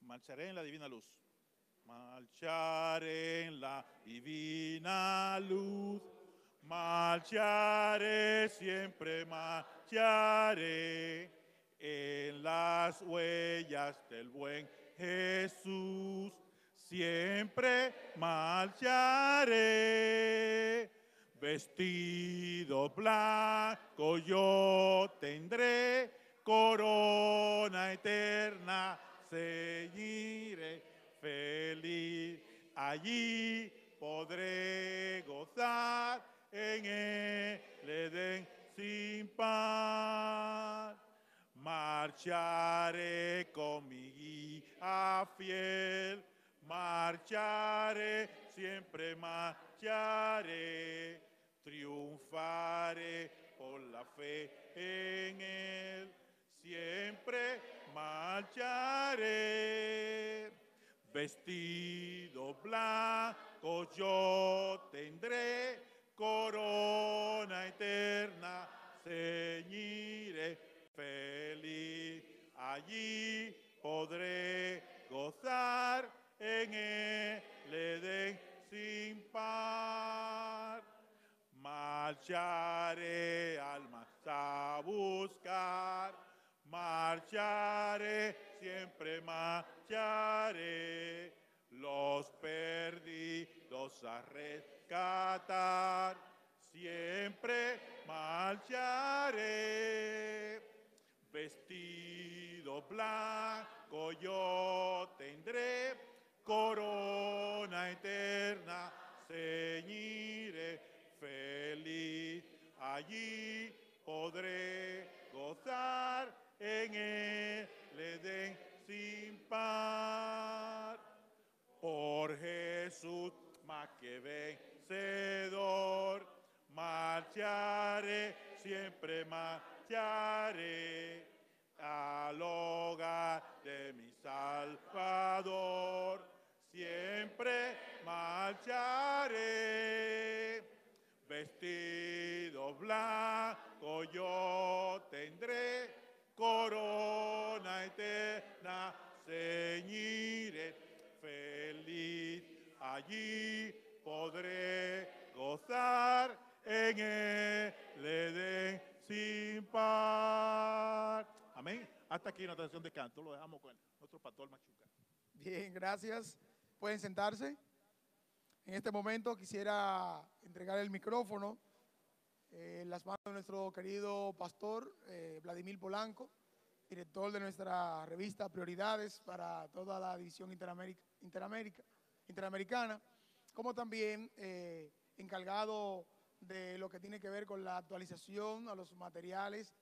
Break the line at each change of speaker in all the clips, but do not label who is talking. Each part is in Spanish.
marcharé en la divina luz. Marchar en la divina luz. Marcharé, siempre marcharé en las huellas del buen Jesús. Siempre marcharé. Vestido blanco yo tendré, corona eterna seguiré feliz. Allí podré gozar en el Edén sin par. Marcharé con mi guía fiel, marcharé, siempre marcharé, triunfaré por la fe en él, siempre marcharé. Vestido blanco yo tendré, corona eterna ceñiré, feliz allí podré gozar en el Edén sin par. Marcharé almas a buscar, marcharé, siempre marcharé, los perdidos a rescatar, siempre marcharé. Vestido blanco yo tendré, corona eterna ceñiré, feliz allí podré gozar en el Edén sin par. Por Jesús más que vencedor, marcharé, siempre marcharé al hogar de mi Salvador. Siempre marcharé, vestido blanco yo tendré, corona eterna ceñiré, feliz allí podré gozar en el Edén sin par. Amén. Hasta aquí la atención de canto. Lo dejamos con nuestro pastor Machuca.
Bien, gracias. Pueden sentarse. En este momento quisiera entregar el micrófono eh, en las manos de nuestro querido pastor eh, Vladimir Polanco, director de nuestra revista Prioridades para toda la división Interamérica, Interamérica- interamericana, como también eh, encargado de lo que tiene que ver con la actualización a los materiales,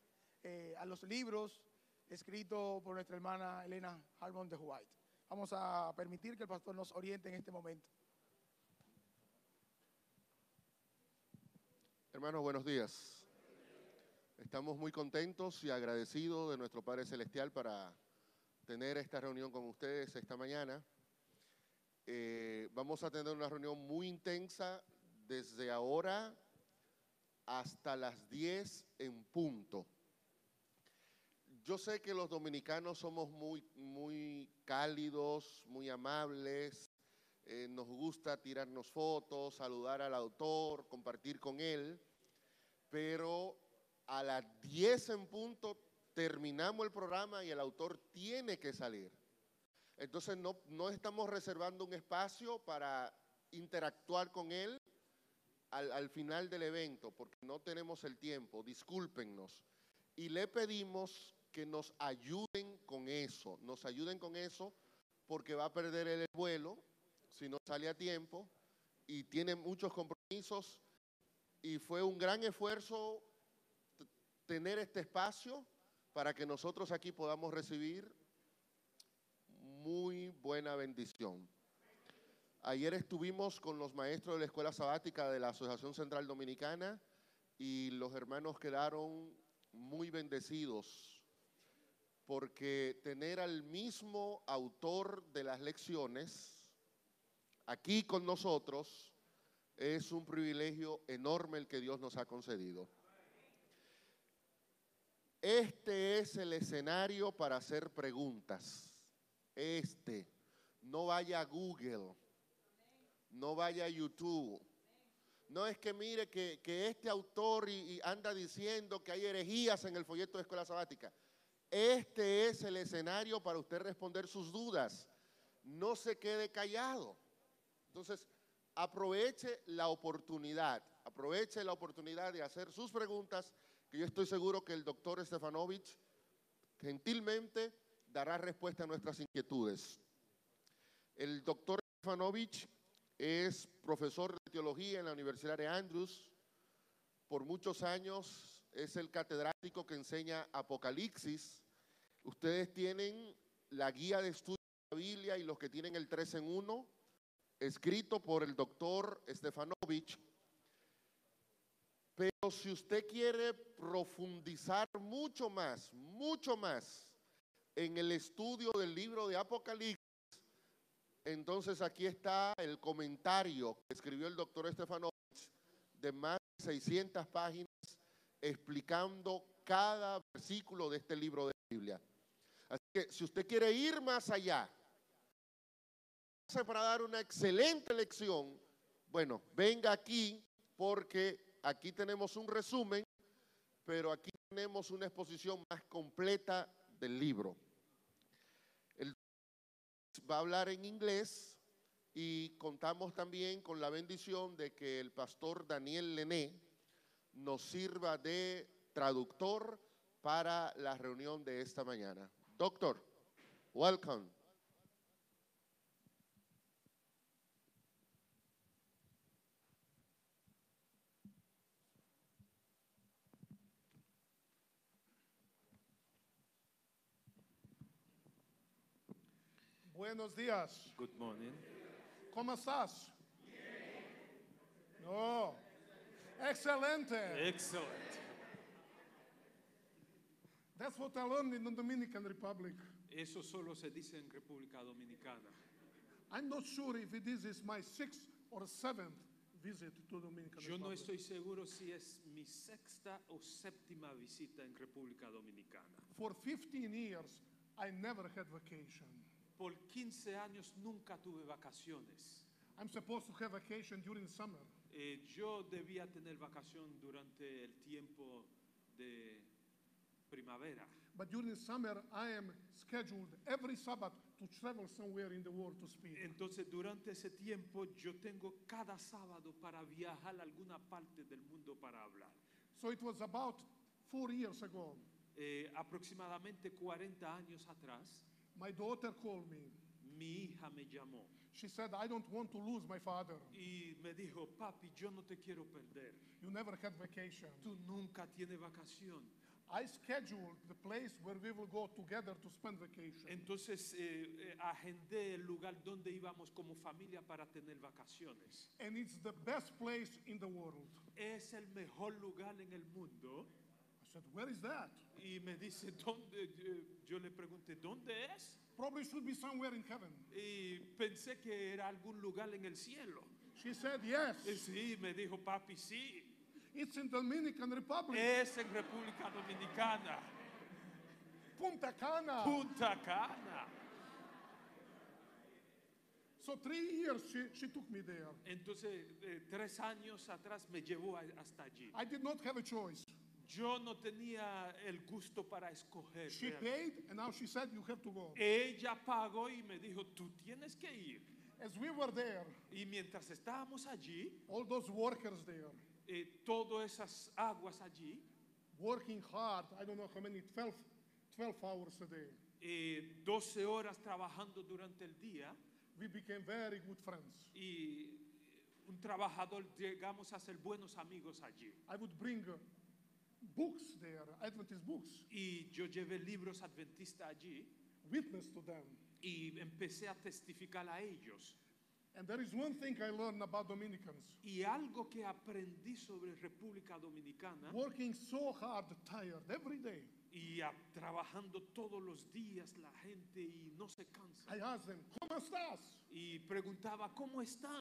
eh, a los libros escritos por nuestra hermana Elena Harmon de White. Vamos a permitir que el pastor nos oriente en este momento.
Hermanos, buenos días. Estamos muy contentos y agradecidos de nuestro Padre Celestial para tener esta reunión con ustedes esta mañana. Eh, vamos a tener una reunión muy intensa desde ahora hasta las 10 en punto. Yo sé que los dominicanos somos muy, muy cálidos, muy amables, eh, nos gusta tirarnos fotos, saludar al autor, compartir con él, pero a las 10 en punto terminamos el programa y el autor tiene que salir. Entonces no, no estamos reservando un espacio para interactuar con él al, al final del evento, porque no tenemos el tiempo, discúlpennos. Y le pedimos que nos ayuden con eso, nos ayuden con eso, porque va a perder el vuelo, si no sale a tiempo y tiene muchos compromisos y fue un gran esfuerzo t- tener este espacio para que nosotros aquí podamos recibir muy buena bendición. Ayer estuvimos con los maestros de la escuela sabática de la Asociación Central Dominicana y los hermanos quedaron muy bendecidos porque tener al mismo autor de las lecciones, aquí con nosotros es un privilegio enorme el que Dios nos ha concedido. Este es el escenario para hacer preguntas. Este. No vaya a Google. No vaya a YouTube. No es que mire que, que este autor y, y anda diciendo que hay herejías en el folleto de escuela sabática. Este es el escenario para usted responder sus dudas. No se quede callado. Entonces, aproveche la oportunidad, aproveche la oportunidad de hacer sus preguntas, que yo estoy seguro que el doctor Stefanovich gentilmente dará respuesta a nuestras inquietudes. El doctor Stefanovich es profesor de teología en la Universidad de Andrews. Por muchos años es el catedrático que enseña Apocalipsis. Ustedes tienen la guía de estudio de la Biblia y los que tienen el 3 en 1, escrito por el doctor Stefanovich. Pero si usted quiere profundizar mucho más, mucho más en el estudio del libro de Apocalipsis, entonces aquí está el comentario que escribió el doctor Stefanovich de más de 600 páginas explicando cada versículo de este libro de la Biblia. Así que si usted quiere ir más allá, para dar una excelente lección, bueno, venga aquí porque aquí tenemos un resumen, pero aquí tenemos una exposición más completa del libro. El va a hablar en inglés y contamos también con la bendición de que el pastor Daniel Lené nos sirva de traductor para la reunión de esta mañana. Doctor, welcome.
Buenos días.
Good morning.
¿Cómo estás? No. Excelente.
Excellent.
That's what I learned in the Dominican Republic.
Eso solo se dice en República Dominicana.
I'm not sure if this is my sixth or seventh visit to Dominican
Yo no
Republic.
estoy seguro si es mi sexta o séptima visita en República Dominicana.
For 15 years, I never had vacation.
Por 15 años nunca tuve vacaciones.
I'm supposed to have vacation during summer.
Eh, yo debía tener vacación durante el tiempo de primavera,
But during summer, I am scheduled every Sabbath to travel somewhere in the world to speak.
entonces durante ese tiempo yo tengo cada sábado para viajar a alguna parte del mundo para hablar.
so it was about four years ago.
Eh, aproximadamente 40 años atrás,
My daughter called me.
mi hija me llamó
She said, I don't want to lose my father.
y me dijo, papi, yo no te quiero perder.
You never had vacation.
Tú nunca tienes vacación.
I scheduled the place where we will go together to spend vacation.
Entonces eh, eh, agendé el lugar donde íbamos como familia para tener vacaciones.
And it's the best place in the world.
Es el mejor lugar en el mundo.
I said, Where is that?
Y me dice, ¿dónde? Eh, Yo le pregunté, ¿dónde es?
Probably should be somewhere in heaven.
Y pensé que era algún lugar en el cielo.
She said, Yes.
Y sí, me dijo, papi, sí.
It's in Dominican Republic.
Es en República Dominicana.
Punta Cana.
Punta Cana.
so three years she, she took me there.
Entonces, eh, tres años atrás me llevó a- hasta allí.
I did not have a choice.
Yo no tenía el gusto para escoger.
She
realmente.
paid, and now she said, You have to go.
Ella pagó y me dijo, tú tienes que ir.
As we were there,
Y mientras estábamos allí,
all those workers there,
eh, todas esas aguas allí,
working hard, I don't know how many, 12, 12 hours a day,
eh, 12 horas trabajando durante el día
we became very good friends.
y eh, un trabajador, llegamos a ser buenos amigos allí.
I would bring uh, books there, Adventist books,
Y yo llevé libros adventistas allí
witness to them.
y empecé a testificar a ellos.
And there is one thing I learned about Dominicans
Y algo que aprendí sobre República Dominicana
working so hard, tired every day.
y a- trabajando todos los días la gente y no se cansa.
I asked them, ¿Cómo estás?
Y preguntaba, ¿cómo están?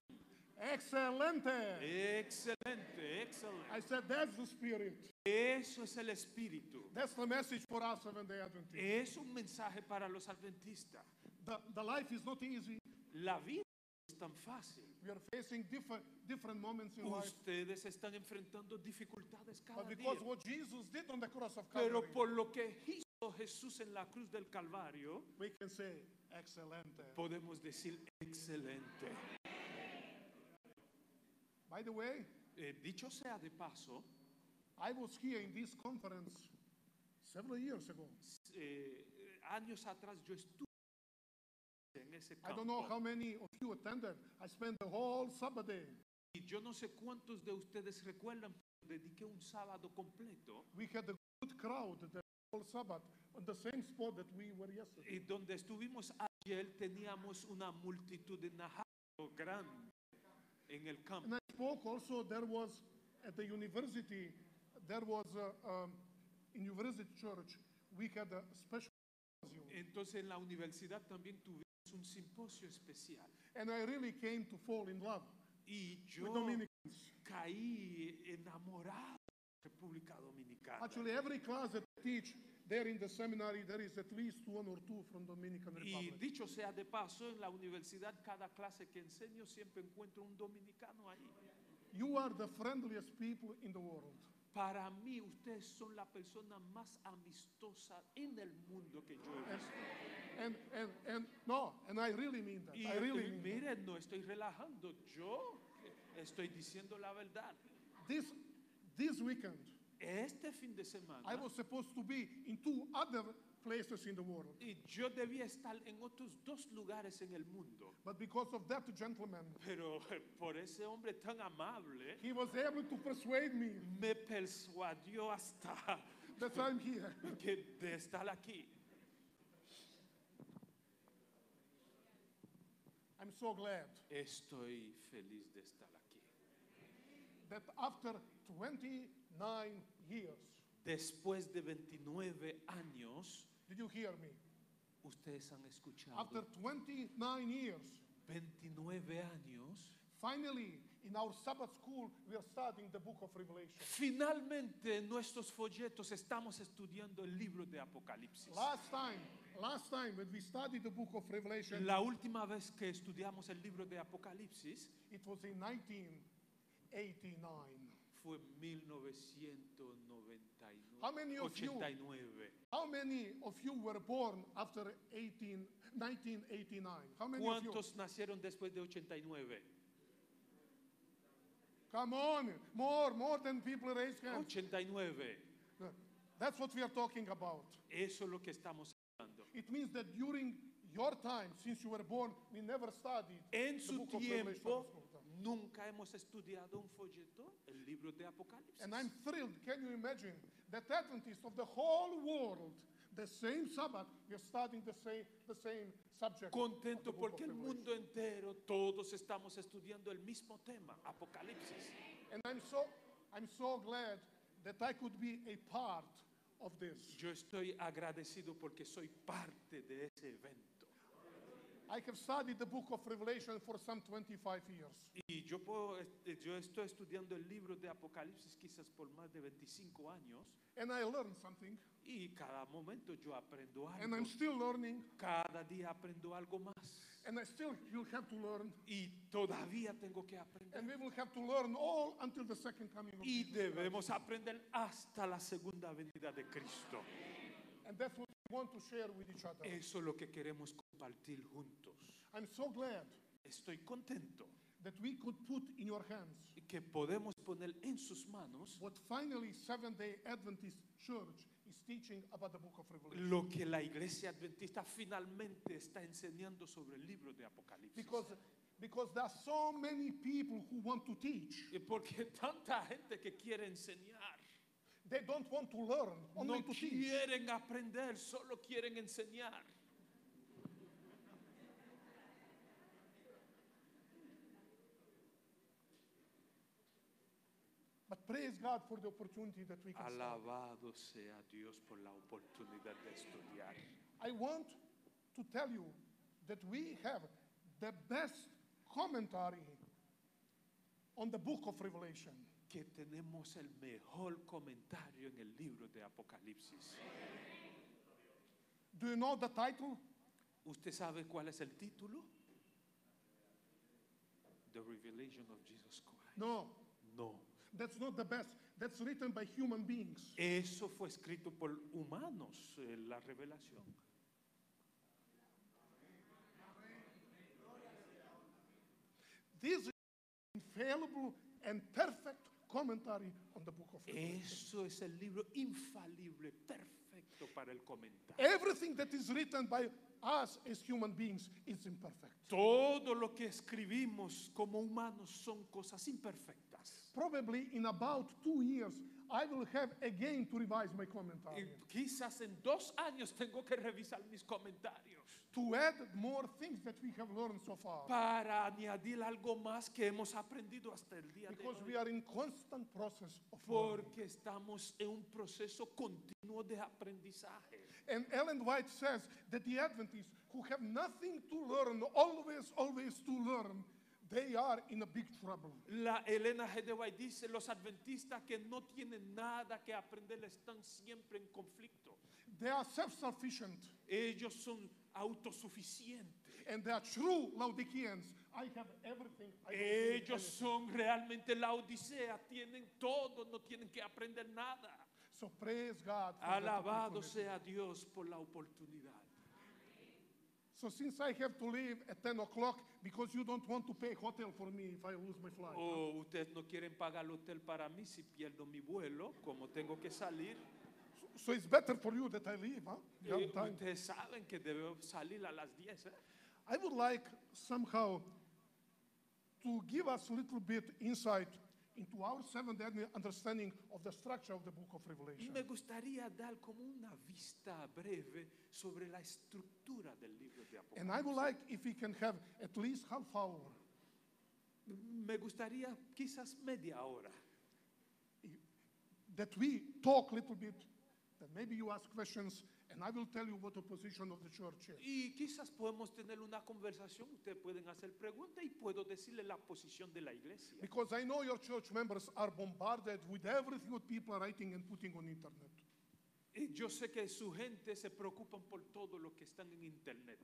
Excelente.
Excelente, excelente. é
I said, That's the spirit.
Eso es el espíritu. é um
That's the message for us, Seventh day Adventists.
Es un mensaje para los adventistas.
The, the life is not easy.
La vida no es tan fácil.
We are facing different, different moments in life.
Ustedes están enfrentando dificultades cada
But
día.
because what Jesus did on the cross of Calvary,
Pero por lo que hizo Jesús en la cruz del Calvario,
we can say, Excelente.
podemos decir excelente.
By the way,
Eh, dicho sea de paso,
I was here in this conference several years ago.
eh, años atrás yo estuve en ese
I don't know how
campo
many of you attended. I spent the whole Saturday.
y yo no sé cuántos de ustedes recuerdan, pero dediqué un sábado completo
We had a good crowd the whole Sabbath on the same spot that we were yesterday.
y eh, donde estuvimos ayer teníamos una multitud de najaros grande en el campo.
And I spoke also, there was at the university, there was a, um, in University Church, we had a special symposium.
Entonces en la universidad también tuvimos un simposio especial
And I really came to fall in love
y yo
with Dominicans.
caí enamorado de la República Dominicana.
Actually, every class that I teach there in the seminary, there is at least one or two from Dominican
Y
Republic.
dicho sea de paso, en la universidad cada clase que enseño siempre encuentro un dominicano ahí.
You are the friendliest people in the world.
Para mí ustedes son la persona más amistosa en el mundo que yo he visto.
And, and, and, no, and I really mean that.
Y
Em, I really
y
mean that.
miren, no estoy relajando, yo estoy diciendo la verdad.
This, this weekend,
Este fin de
I
semana
was supposed to be in two other places in the world.
y yo debía estar en otros dos lugares en el mundo,
But because of that gentleman,
pero por ese hombre tan amable
he was able to persuade me
me persuadió hasta
that I'm here.
que de estar aquí.
I'm so glad
Estoy feliz de estar aquí.
that after 29 years,
Después de 29 años,
did you hear me?
ustedes han escuchado.
After 29 years,
29 años,
finally, in our Sabbath school, we are studying the book of Revelation.
finalmente en nuestros folletos estamos estudiando el libro de Apocalipsis.
Last time, last time when we studied the book of Revelation,
La última vez que estudiamos el libro de Apocalipsis
it was in 1989.
fue en 1999.
How many of you-
89.
How many of you were born after 18, 1989? How many of you?
¿Cuántos nacieron después de 89?
Come on, more, more than people raise hands.
89.
That's what we are talking about.
Eso es lo que estamos hablando.
It means that during your time, since you were born, we never studied
En
the
su
book of Revelation.
tiempo nunca hemos estudiado un folleto, el libro de Apocalipsis.
And I'm thrilled. Can you imagine that Adventists of the whole world, the same Sabbath, we are studying the same, the same subject. of the
Contento
book
porque
of
el
Revelation.
mundo entero, todos estamos estudiando el mismo tema, Apocalipsis.
And I'm so, I'm so glad that I could be a part of this.
Yo estoy agradecido porque soy parte de ese evento.
I have studied the book of Revelation for some 25 years.
Y yo, puedo, este, yo estoy estudiando el libro de Apocalipsis quizás por más de 25 años
And I learned something.
y cada momento yo aprendo
And
algo.
I'm still learning.
Cada día aprendo algo más.
And I still will have to learn.
Y todavía tengo que aprender.
And we will have to learn all until the second coming of
Y
Jesus.
debemos aprender hasta la segunda venida de Cristo.
And that's what we want to share with each other.
Eso es lo que queremos compartir juntos.
I'm so glad
Estoy contento
that we could put in your hands
que podemos poner en sus manos
what finally Seventh day Adventist Church is teaching about the book of Revelation.
lo que la iglesia adventista finalmente está enseñando sobre el libro de Apocalipsis.
Because, because there are so many people who want to teach,
Y Porque tanta gente que quiere enseñar,
they don't want to learn, only
no
to teach.
quieren aprender, solo quieren enseñar.
But praise God for the opportunity that we can serve.
Alabado sea Dios por la oportunidad de estudiar.
I want to tell you that we have the best commentary on the book of Revelation.
que tenemos el mejor comentario en el libro de Apocalipsis.
Do you know the title?
¿Usted sabe cuál es el título? The Revelation of Jesus Christ.
No,
No.
that's not the best. That's written by human beings.
Eso fue escrito por humanos, eh, la revelación.
This is infallible and perfect commentary on the book of Revelation.
Eso es el libro infalible, perfecto para el comentario.
Everything that is written by us as human beings is imperfect.
Todo lo que escribimos como humanos son cosas imperfectas.
Probably in about two years, I will have again to revise my commentary
Y quizás en dos años tengo que revisar mis comentarios
to add more things that we have learned so far
para añadir algo más que hemos aprendido hasta el día de
because
hoy.
we are in constant process of learning.
Porque estamos en un proceso continuo de aprendizaje.
And Ellen White says that the Adventists who have nothing to learn, always, always to learn, they are in a big trouble.
La Elena G. de White dice, los adventistas que no tienen nada que aprender están siempre en conflicto.
They are self-sufficient
Ellos son autosuficientes.
and they are true Laodiceans. I have everything. I don't need anything.
Ellos son realmente la odisea, tienen todo, no tienen que aprender nada.
So praise God. for that
Alabado
opportunity.
sea Dios por la oportunidad.
So since I have to leave at 10 o'clock because you don't want to pay hotel for me if I lose my flight.
O ustedes no quieren pagar el hotel para mí si pierdo mi vuelo, como tengo que salir.
So it's better for you that I leave, huh? You have
Eh,
time.
ustedes saben que debo salir a las 10. ¿eh?
I would like somehow to give us a little bit insight into our seventh day understanding of the structure of the book of Revelation.
Me gustaría dar como una vista breve sobre la estructura del libro de
And I
Apocalipsis.
would like if we can have at least half hour.
Me gustaría quizás media hora
that we talk a little bit, that maybe you ask questions, and I will tell you what the position of the church is.
y quizás podemos tener una conversación. Ustedes pueden hacer preguntas y puedo decirle la posición de la iglesia.
Because I know your church members are bombarded with everything what people are writing and putting on internet.
Y yo sé que su gente se preocupan por todo lo que están en internet.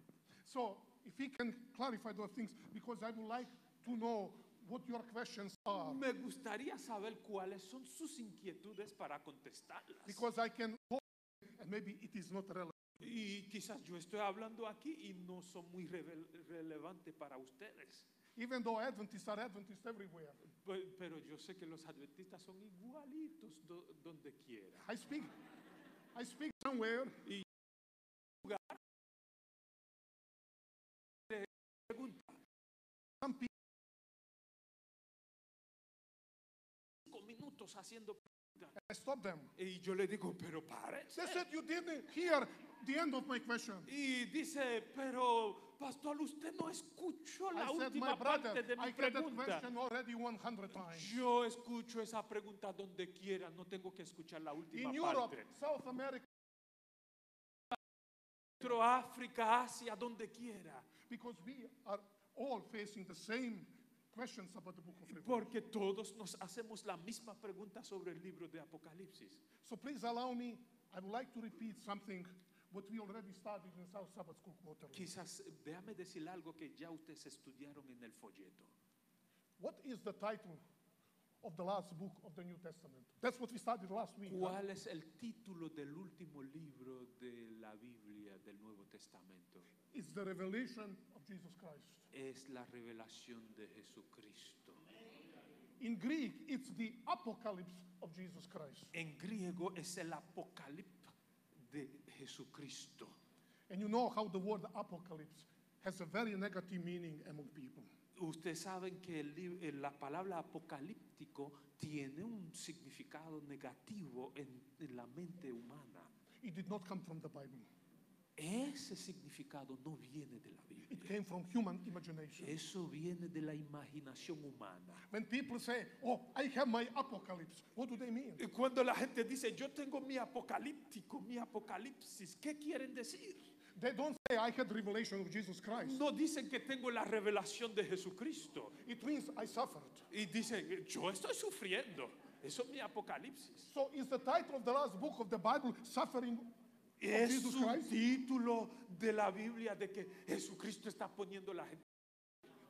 So if we can clarify those things, because I would like to know what your questions are,
Me gustaría saber cuáles son sus inquietudes para contestarlas.
because I can hope, and maybe it is not relevant.
y quizás yo estoy hablando aquí y no son muy revel- relevantes para ustedes.
Even though Adventists are Adventists everywhere,
Pe- Pero yo sé que los adventistas son igualitos do- donde quiera.
I speak, I speak somewhere.
Pregunta,
Some people
cinco minutos haciendo preguntas.
I stop them.
Y yo le digo, pero párense.
They said you didn't hear the end of my question.
Y dice, pero pastor, usted no escuchó la
I said, my
última
brother,
parte de mi
I had that
pregunta.
question already 100 times.
Yo escucho esa pregunta donde quiera, no tengo que escuchar la última
In Europe,
parte.
South America,
Centro, África, Asia, donde quiera.
because we are all facing the same questions about the book of Revelation.
Porque todos nos hacemos la misma pregunta sobre el libro de Apocalipsis.
So please allow me, I would like to repeat something what we already started in South Sabbath School Quarterly.
Quizás eh, déjame decir algo que ya ustedes estudiaron en el folleto.
What is the title of the last book of the New Testament? That's what we started last week. huh?
¿Cuál es el título del último libro de la Biblia del Nuevo Testamento?
It's the revelation of Jesus Christ.
Es la revelación de Jesucristo.
In Greek, it's the apocalypse of Jesus Christ.
En griego es el apocalipsis de Jesucristo.
And you know how the word apocalypse has a very negative meaning among people.
Ustedes saben que el lib- eh, la palabra apocalíptico tiene un significado negativo en, en la mente humana.
It did not come from the Bible.
Ese significado no viene de la Biblia.
It came from human imagination.
Eso viene de la imaginación humana.
When people say, "Oh, I have my apocalypse," what do they mean?
Y Cuando la gente dice, yo tengo mi apocalíptico, mi apocalipsis, ¿qué quieren decir?
They don't say, "I had revelation of Jesus Christ."
No dicen que tengo la revelación de Jesucristo.
It means I suffered.
Y dicen, yo estoy sufriendo. Eso es mi apocalipsis.
So is the title of the last book of the Bible suffering
Es
Jesus
un
Christ?
título de la Biblia de que Jesucristo está poniendo la gente.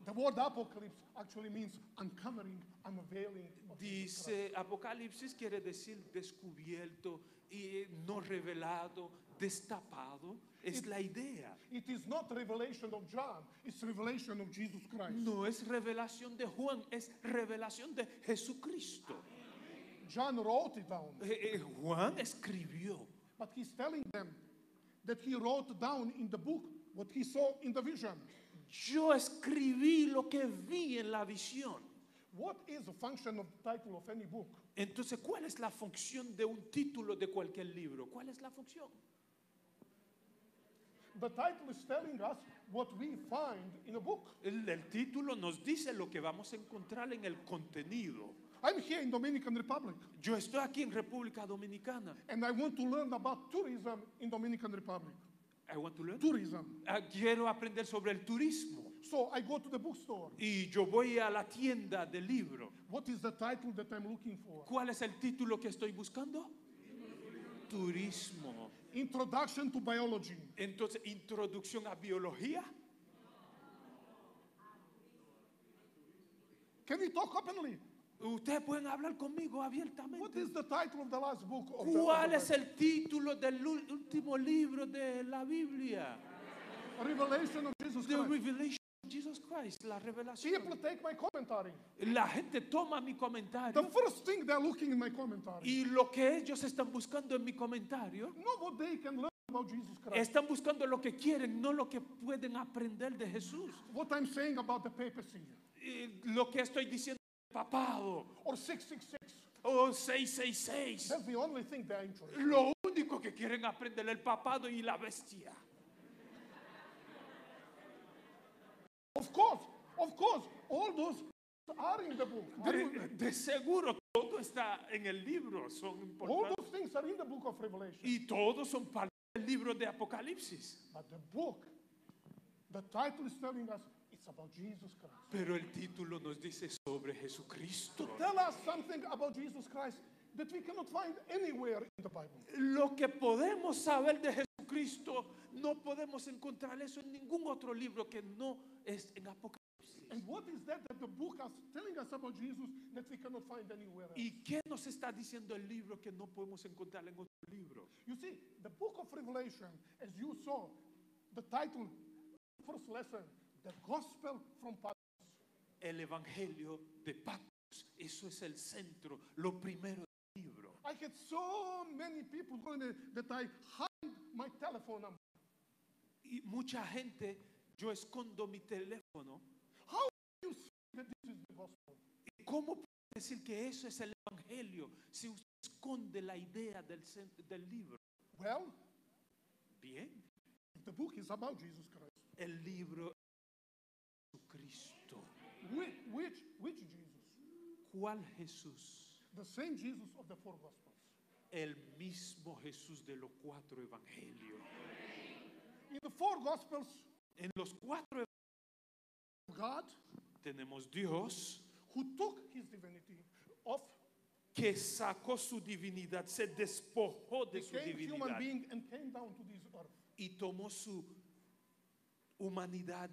The word apocalypse actually means uncovering, unveiling. of Jesus Christ.
Dice, Apocalipsis quiere decir descubierto y eh, no revelado, destapado. Es la idea.
It is not revelation of John, it's revelation of Jesus Christ.
No es revelación de Juan, es revelación de Jesucristo.
John wrote it down,
Eh, eh, Juan escribió,
but he's telling them that he wrote down in the book what he saw in the vision.
yo escribí lo que vi en la visión.
What is the function of the title of any book?
Entonces, ¿cuál es la función de un título de cualquier libro? ¿Cuál es la función?
The title is telling us what we find in a book.
El, el título nos dice lo que vamos a encontrar en el contenido.
I'm here in Dominican Republic
Yo estoy aquí en República Dominicana.
and I want to learn about tourism in Dominican Republic.
I want to learn.
Tourism.
Ah, quiero aprender sobre el turismo.
So I go to the bookstore.
Y yo voy a la tienda de libro.
What is the title that I'm looking for?
¿Cuál es el título que estoy buscando? Turismo.
Introduction to biology.
Entonces, introducción a biología.
Can we talk openly?
Ustedes pueden hablar conmigo
What
abiertamente.
is the title of the last book of the,
¿Cuál
of
es
the
el título del ul- último libro de la Biblia?
Revelation of Jesus
The
Christ?
Revelation of Jesus Christ, la revelación.
People take my commentary.
La gente toma mi
The
comentario
first thing they're looking in my commentary.
y lo que ellos están buscando en mi comentario,
Not what they can learn about Jesus Christ.
están buscando lo que quieren, no lo que pueden aprender de Jesús. Eh,
What I'm saying about the papacy
Y lo que estoy diciendo, papado,
or 666.
o 666.
That's the only thing they're interested.
Lo único que quieren aprender el papado y la bestia.
Of course, of course, all those are in the book. Are
De,
you-
de seguro, todo está en el libro, son
all
importantes.
those things are in the book of Revelation.
Y todos son parte del libro de Apocalipsis.
But the book, the title is telling us it's about Jesus Christ.
Pero el título nos dice sobre Jesucristo.
Tell us something about Jesus Christ that we cannot find anywhere in the Bible.
Lo que podemos saber de Jesucristo, no podemos encontrar eso en ningún otro libro que no es en Apocalipsis.
And what is that that the book is telling us about Jesus that we cannot find anywhere else?
¿Y qué nos está diciendo el libro que no podemos encontrar en otro libro?
You see, the book of Revelation, as you saw, the title, first lesson, the gospel from Patmos.
El Evangelio de Patmos. Eso es el centro, lo primero del libro.
I had so many people going there that I hide my telephone number.
Y mucha gente, yo escondo mi teléfono.
How do you see that this is the gospel?
¿Cómo puede decir que eso es el Evangelio si usted esconde la idea del, cen- del libro?
Well,
Bien,
the book is about Jesus Christ.
el libro es Jesucristo.
Which, which, which Jesus?
¿Cuál Jesús?
The same Jesus of the four gospels.
El mismo Jesús de los cuatro evangelios.
In the four gospels,
En los cuatro evangelios
God,
tenemos Dios
who took his divinity off,
que sacó su divinidad, se despojó de su
became human
divinidad
being and came down to this earth.
y tomó su humanidad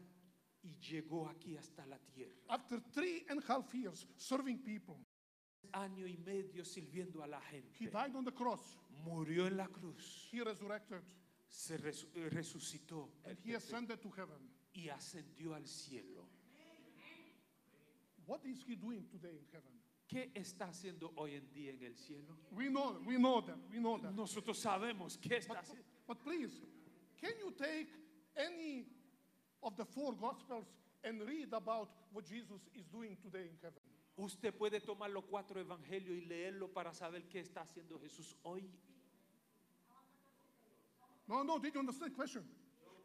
y llegó aquí hasta la tierra.
After three and a half years serving people,
año y medio sirviendo a la
he
gente.
died on the cross.
Murió en la cruz,
He resurrected
se resu- eh, resucitó
and he ascended to heaven.
y ascendió al cielo.
What is he doing today in heaven?
¿Qué está haciendo hoy en día en el cielo?
We know, we know that, we know that.
Nosotros sabemos qué está
But,
haciendo.
but please, can you take any of the four gospels and read about what Jesus is doing today in heaven?
Usted puede tomar los cuatro evangelios y leerlo para saber qué está haciendo Jesús hoy.
No, no, did you understand the question?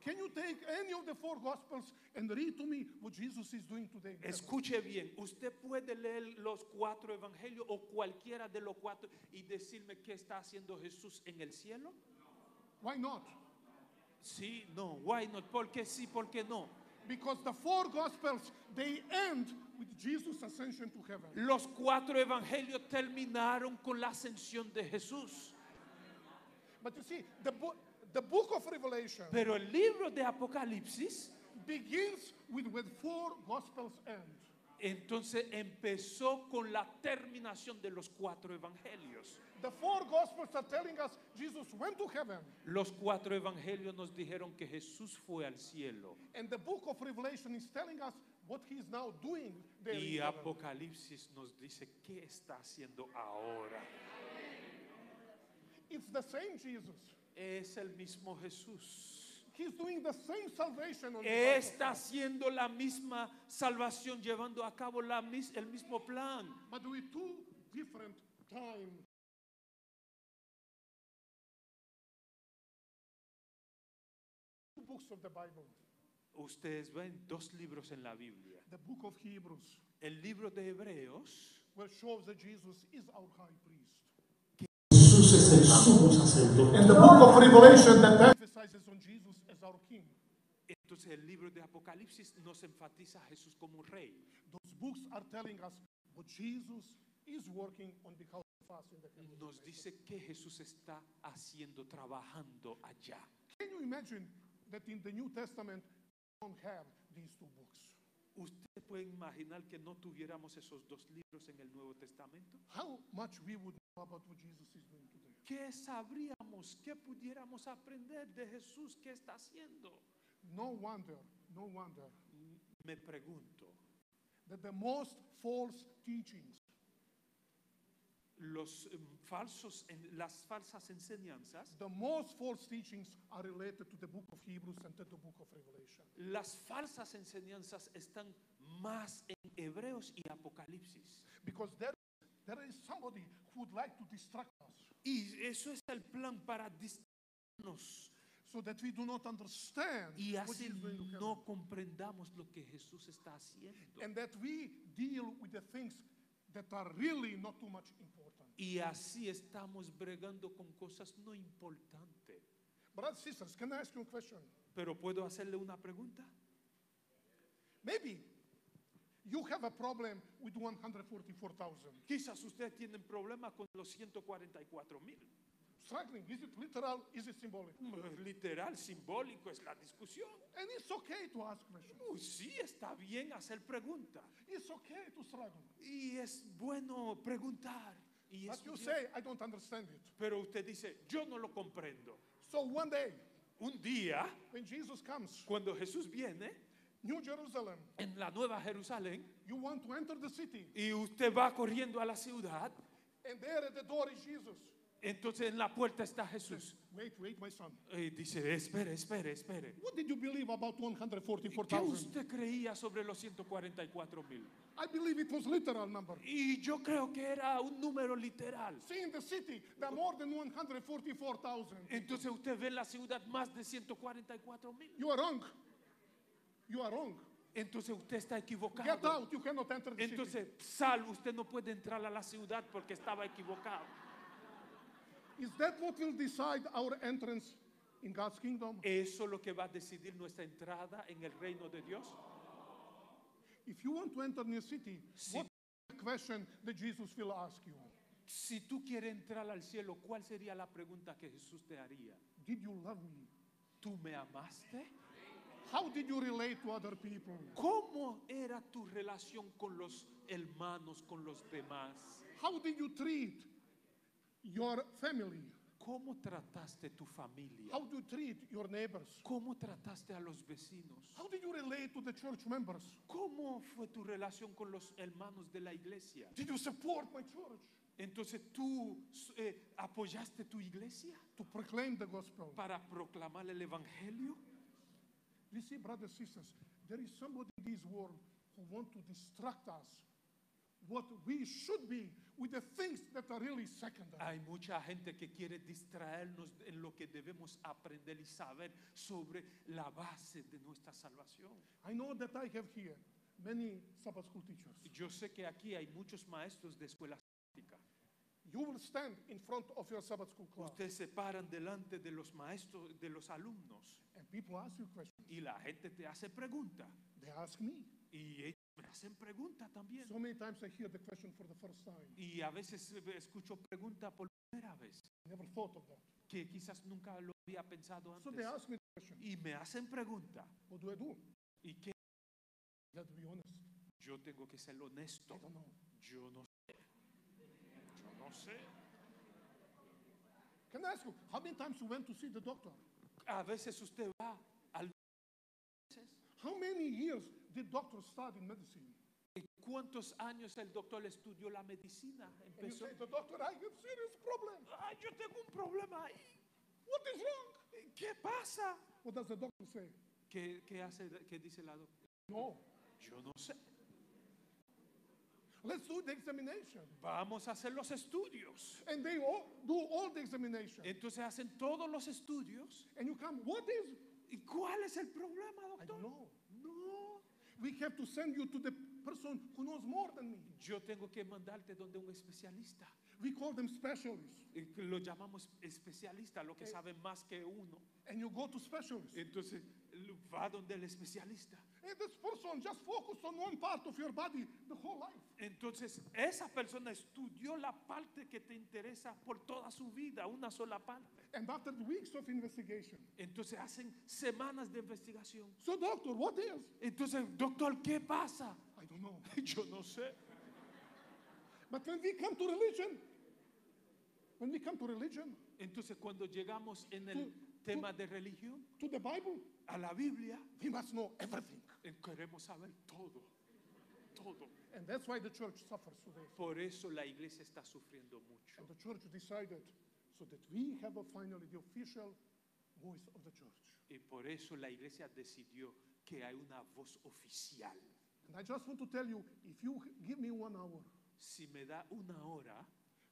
Can you take any of the four gospels and read to me what Jesus is doing today? in heaven?
Escuche bien, usted puede leer los cuatro evangelios o cualquiera de los cuatro y decirme qué está haciendo Jesús en el cielo.
Why not?
Sí, no, why not? ¿Por qué sí, por qué no?
Because the four gospels they end with Jesus' ascension to heaven.
Los cuatro evangelios terminaron con la ascensión de Jesús.
But you see, the, bo- the book of Revelation
Pero el libro de Apocalipsis,
begins with where four gospels end.
entonces empezó con la terminación de los cuatro evangelios.
The four gospels are telling us Jesus went to heaven,
Los cuatro evangelios nos dijeron que Jesús fue al cielo
and the book of Revelation is telling us what he is now doing there. in
y
heaven.
Apocalipsis nos dice qué está haciendo ahora.
It's the same Jesus.
Es el mismo Jesús.
He's doing the same salvation on the earth.
Está haciendo la misma salvación, llevando a cabo la mis- el mismo plan.
But with two different times. Two books of the Bible.
Ustedes ven dos libros en la Biblia.
The book of Hebrews,
El libro de Hebreos
where shows that Jesus is our high priest.
Jesús es el sumo sacerdote.
And the book of Revelation that emphasizes on Jesus as our king.
Entonces el libro de Apocalipsis nos enfatiza a Jesús como rey.
Those books are telling us what Jesus is working on behalf of us in the heaven.
Nos dice que Jesús está haciendo, trabajando allá.
Can you imagine that in the New Testament we don't have these two books?
¿Usted puede imaginar que no tuviéramos esos dos libros en el Nuevo Testamento?
How much we would know about what Jesus is doing today.
¿Qué sabríamos? ¿Qué pudiéramos aprender de Jesús? ¿Qué está haciendo?
No wonder, no wonder
Me pregunto,
that the most false teachings
los em, falsos, en- las falsas enseñanzas,
The most false teachings are related to the book of Hebrews and to the book of Revelation.
las falsas enseñanzas están más en Hebreos y Apocalipsis.
Because there, there is somebody who would like to distract us
Y eso es el plan para distraernos
so that we do not understand
y
what
así
is going to happen.
no comprendamos lo que Jesús está haciendo.
And that we deal with the things that are really not too much important.
Y así estamos bregando con cosas no importantes.
Brothers and sisters, can I ask you a question?
Pero puedo hacerle una pregunta.
Maybe you have a problem with 144,000.
Quizás usted tiene problemas con los 144 mil. Mm,
Struggling, is it literal, is it symbolic?
Literal, simbólico es la discusión.
And it's okay to ask questions.
Uh, sí, está bien hacer preguntas.
It's okay to struggle.
Y es bueno preguntar. Y
But
es
you
bien.
say, I don't understand it.
Pero usted dice, yo no lo comprendo.
So one day,
Un día,
when Jesus comes,
cuando Jesús viene,
New Jerusalem,
en la Nueva Jerusalén
you want to enter the city,
y usted va corriendo a la ciudad,
and there at the door is Jesus.
entonces en la puerta está Jesús.
Wait, wait, my son.
Y dice, espere, espere, espere.
What did you believe about
¿Qué
144,000?
usted creía sobre los 144 mil?
I believe it was literal number.
Y yo creo que era un número literal.
See, in the city, there are more than 144,000.
Entonces usted ve en la ciudad más de 144 mil.
You are wrong. You are wrong.
Entonces usted está
Get
equivocado.
out. You cannot enter the city.
Entonces, sal, usted no puede entrar a la ciudad porque estaba equivocado.
Is that what will decide our entrance in God's kingdom?
Eso es lo que va a decidir nuestra entrada en el reino de Dios.
If you want to enter new city,
Si-
what question that Jesus will ask you?
Si tú quieres entrar al cielo, ¿cuál sería la pregunta que Jesús te haría?
Did you love me?
¿Tú me amaste?
How did you relate to other people?
¿Cómo era tu relación con los hermanos, con los demás?
How did you treat your family?
¿Cómo trataste tu familia?
How do you treat your neighbors?
¿Cómo trataste a los vecinos?
How did you relate to the church members?
¿Cómo fue tu relación con los hermanos de la iglesia?
Did you support my church
Entonces tú eh, apoyaste tu iglesia
to proclaim the gospel?
para proclamar el evangelio.
You see, brothers and sisters, there is somebody in this world who want to distract us what we should be with the things that are really secondary.
Hay mucha gente que quiere distraernos en lo que debemos aprender y saber sobre la base de nuestra salvación.
I know that I have here many Sabbath school teachers.
Yo sé que aquí hay muchos maestros de escuela sabática.
You will stand in front of your Sabbath school class,
Ustedes se paran delante de los maestros, de los alumnos,
and people ask you questions.
y la gente te hace preguntas.
They ask me.
Y ellos me hacen preguntas también.
So many times I hear the question for the first time.
Y a veces eh, escucho preguntas por primera vez,
I never thought of that.
que quizás nunca lo había pensado
So they
antes.
asked me the question,
Y me hacen pregunta.
what do I do?
¿Y qué?
You have to be honest.
Yo tengo que ser honesto.
I don't know.
Yo no sé. Yo no sé.
Can I ask you, how many times you went to see the doctor?
A veces usted va al...
How many years did doctors study medicine?
¿Cuántos años el doctor estudió la medicina?
And you
Empezó.
say, the doctor, I have serious problem.
Ah, yo tengo un problema ahí.
What is wrong?
¿Qué pasa?
What does the doctor say?
¿Qué, qué hace? ¿Qué dice la doctora?
No.
Yo no sé.
Let's do the examination.
Vamos a hacer los estudios.
And they all do all the examination.
Entonces hacen todos los estudios.
and you come, what is?
¿Y cuál es el problema,
I don't
doctor?
know. No. We have to send you to the person who knows more than me.
Yo tengo que mandarte donde un especialista.
We call them specialists. Eh,
Y que Lo llamamos especialista, lo que sabe más que uno.
And you go to specialists.
Entonces lo- va donde el especialista.
and this person just focus on one part of your body the whole life.
Entonces esa persona estudió la parte que te interesa por toda su vida, una sola parte.
And after weeks of investigation.
Entonces hacen semanas de investigación.
So doctor, what is?
Entonces, doctor, ¿qué pasa?
I don't know.
Yo no sé.
But when we come to religion, when we come to religion,
Entonces cuando llegamos en el
Tú-
tema de religión,
to the Bible,
a la Biblia,
we must know everything.
eh, queremos saber todo, todo.
And that's why the church suffers today.
Por eso la iglesia está sufriendo mucho.
And the church decided so that we have a finally the official voice of the church.
Y por eso la iglesia decidió que hay una voz oficial.
And I just want to tell you if you give me one hour
Si me da una hora,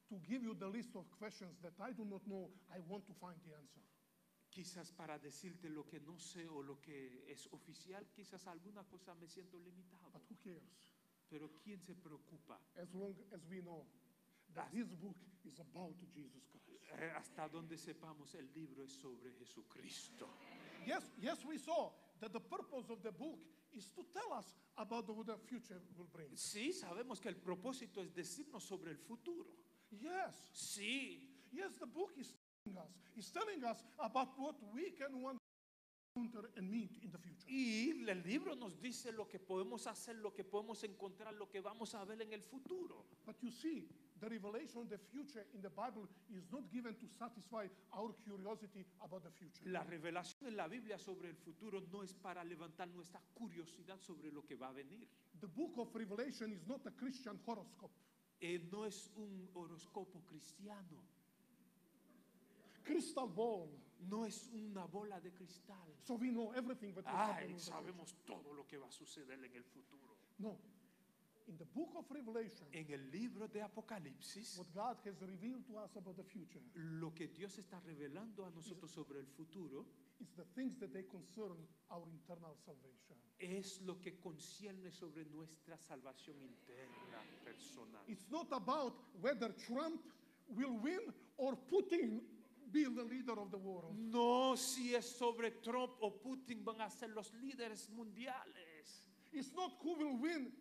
to give you the list of questions that I do not know, I want to find the answer.
quizás para decirte lo que no sé o lo que es oficial, quizás alguna cosa me siento limitado.
But who cares?
Pero ¿quién se preocupa?
As long as we know that this book is about Jesus Christ.
Eh, hasta donde sepamos, el libro es sobre Jesucristo.
Yes, yes, we saw that the purpose of the book is to tell us about what the future will bring.
Sí, sabemos que el propósito es decirnos sobre el futuro.
Yes,
Sí,
yes, the book is telling us, is telling us about what we can want to encounter and meet in the future.
y el libro nos dice lo que podemos hacer, lo que podemos encontrar, lo que vamos a ver en el futuro.
But you see, the revelation of the future in the Bible is not given to satisfy our curiosity about the future.
La revelación en la Biblia sobre el futuro no es para levantar nuestra curiosidad sobre lo que va a venir.
The book of Revelation is not a Christian horoscope.
Eh, no es un horóscopo cristiano,
Crystal ball.
no es una bola de cristal.
So we know everything that will happen in
Ay,
the
sabemos todo lo que va a suceder en el futuro.
future. No. In the book of Revelation,
En el libro de Apocalipsis,
what God has revealed to us about the future
lo que Dios está revelando a nosotros sobre el futuro
is the things that they concern our internal salvation.
es lo que concierne sobre nuestra salvación interna personal.
It's not about whether Trump will win or Putin be the leader of the world.
No si es sobre Trump o Putin van a ser los líderes mundiales.
It's not who will win,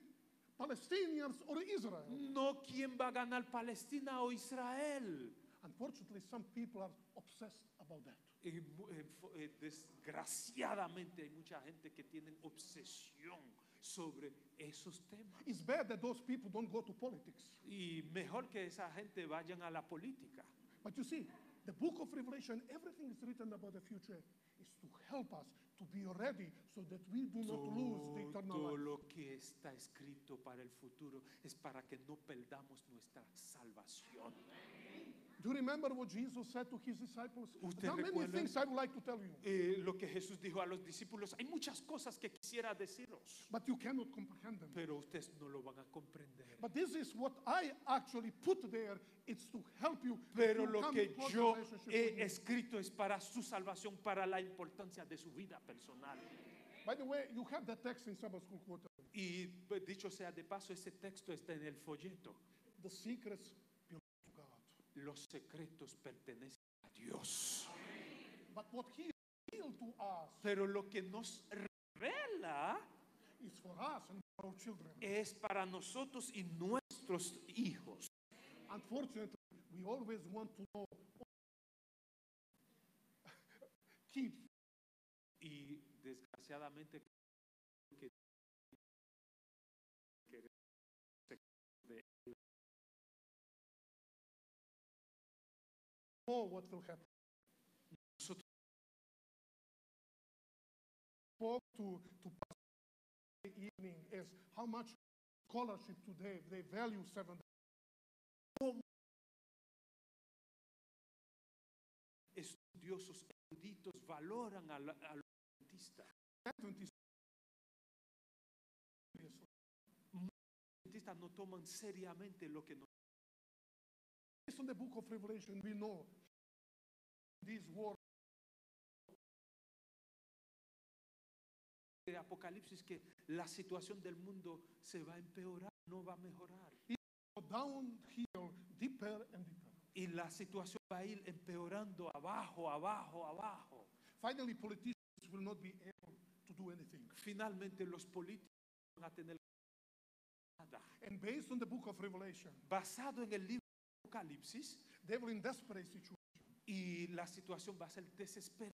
Palestinians or Israel.
No quién va a ganar Palestina o Israel.
Unfortunately, some people are obsessed about that.
Y mu- eh, fo- eh, desgraciadamente hay mucha gente que tiene obsesión sobre esos temas.
It's bad that those people don't go to politics.
Y mejor que esa gente vayan a la política.
But you see, the book of Revelation, everything is written about the future, is to help us to be ready so that we do not lose the eternal
Todo
life.
lo que está escrito para el futuro es para que no perdamos nuestra salvación.
Do you remember what Jesus said to his disciples?
Usted
There are many
recuerda-
things I would like to tell you,
Eh, lo que Jesús dijo a los discípulos, hay muchas cosas que quisiera deciros,
but you cannot comprehend them.
pero ustedes no lo van a comprender.
But this is what I actually put there. It's to help you.
Pero
to
lo
come
que
in close
yo
relationship with
he
me.
escrito es para su salvación, para la importancia de su vida personal.
By the way, you have that text in Sabbath School Quarter.
Y pues, dicho sea de paso, ese texto está en el folleto.
The secrets belong to God.
Los secretos pertenecen a Dios.
But what He revealed to us
Pero lo que nos revela
is for us and for our children.
es para nosotros y nuestros hijos.
Unfortunately, we always want to know. keep
Y desgraciadamente que que- de-
know Oh, what will happen.
So-
Spoke to, to Pastor evening is how much scholarship today they value seven.
estudiosos eruditos valoran a, la- a los dentistas.
Adventists seriously.
Los dentistas no toman seriamente lo que nos
Based on the book of Revelation, we know this war
de Apocalipsis que la situación del mundo se va a empeorar, no va a mejorar.
go downhill deeper and deeper.
Y la situación va a ir empeorando abajo, abajo, abajo.
Finally, politicians will not be able to do anything.
Finalmente los políticos van a tener nada.
And based on the book of Revelation,
Basado en el libro de Apocalipsis,
they will in desperate situation
y la situación va a ser desesperada.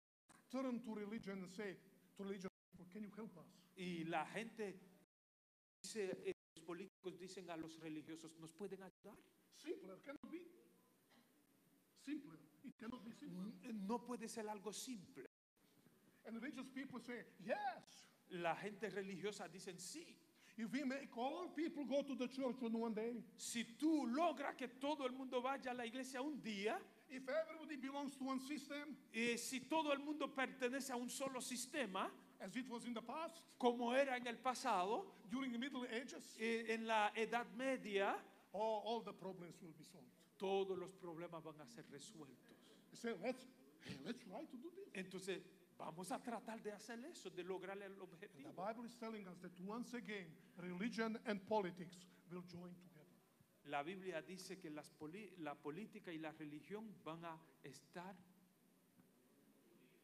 turn to religion and say to religion, people, can you help us?
Y la gente dice, eh, los políticos dicen a los religiosos, ¿nos pueden ayudar?
Simpler cannot be. Simpler. It cannot be simpler.
N- Mm, eh, No puede ser algo simple.
And religious people say, yes.
La gente religiosa dicen, sí,
If we make all people go to the church on one day,
si tú logras que todo el mundo vaya a la iglesia un día,
if everybody belongs to one system,
eh, si todo el mundo pertenece a un solo sistema,
as it was in the past,
como era en el pasado,
during the Middle Ages,
eh, en la Edad Media,
all, all the problems will be solved.
todos los problemas van a ser resueltos.
You say, let's, hey, let's try to do this.
Entonces, vamos a tratar de hacer eso, de lograr el
The
objetivo.
Bible is telling us that once again, religion and politics will join together.
La Biblia dice que las poli- la política y la religión van a estar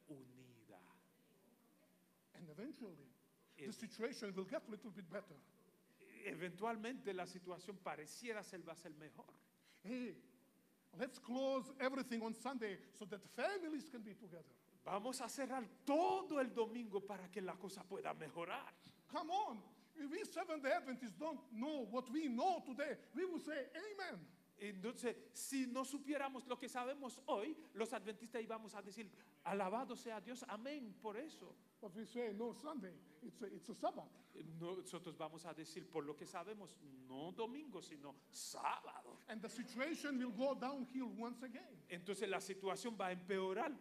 unidas.
And eventually, the
Ev-
situation will get a little bit better.
Eventualmente la situación pareciera ser va a ser mejor.
Hey, let's close everything on Sunday so that families can be together.
Vamos a cerrar todo el domingo para que la cosa pueda mejorar.
Come on. If we Seventh day Adventists don't know what we know today, we will say, Amen.
Entonces, si no supiéramos lo que sabemos hoy, los adventistas íbamos a decir, alabado sea Dios, amén, por eso.
But we say, no, Sunday, it's a, it's a Sabbath.
Nosotros vamos a decir, por lo que sabemos, no domingo, sino sábado.
And the situation will go downhill once again.
Entonces la situación va a empeorar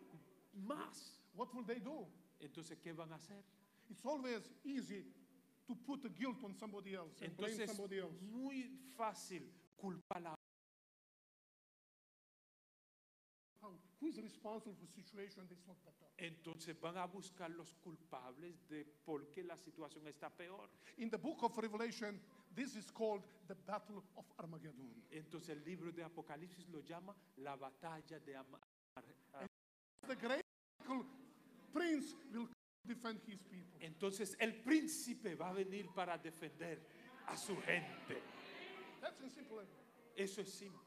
más.
What will they do?
Entonces, ¿qué van a hacer?
It's always easy to put the guilt on somebody else and blame
Entonces,
somebody else.
muy fácil culpar a
How, who is responsible for situation that's not better?
Entonces van a buscar los culpables de por qué la situación está peor.
In the book of Revelation, this is called the Battle of Armageddon.
Entonces el libro de Apocalipsis lo llama la batalla de Ama- Ar-
The great miracle prince will defend his people.
Entonces el príncipe va a venir para defender a su gente.
That's in simple. language.
Eso es simple.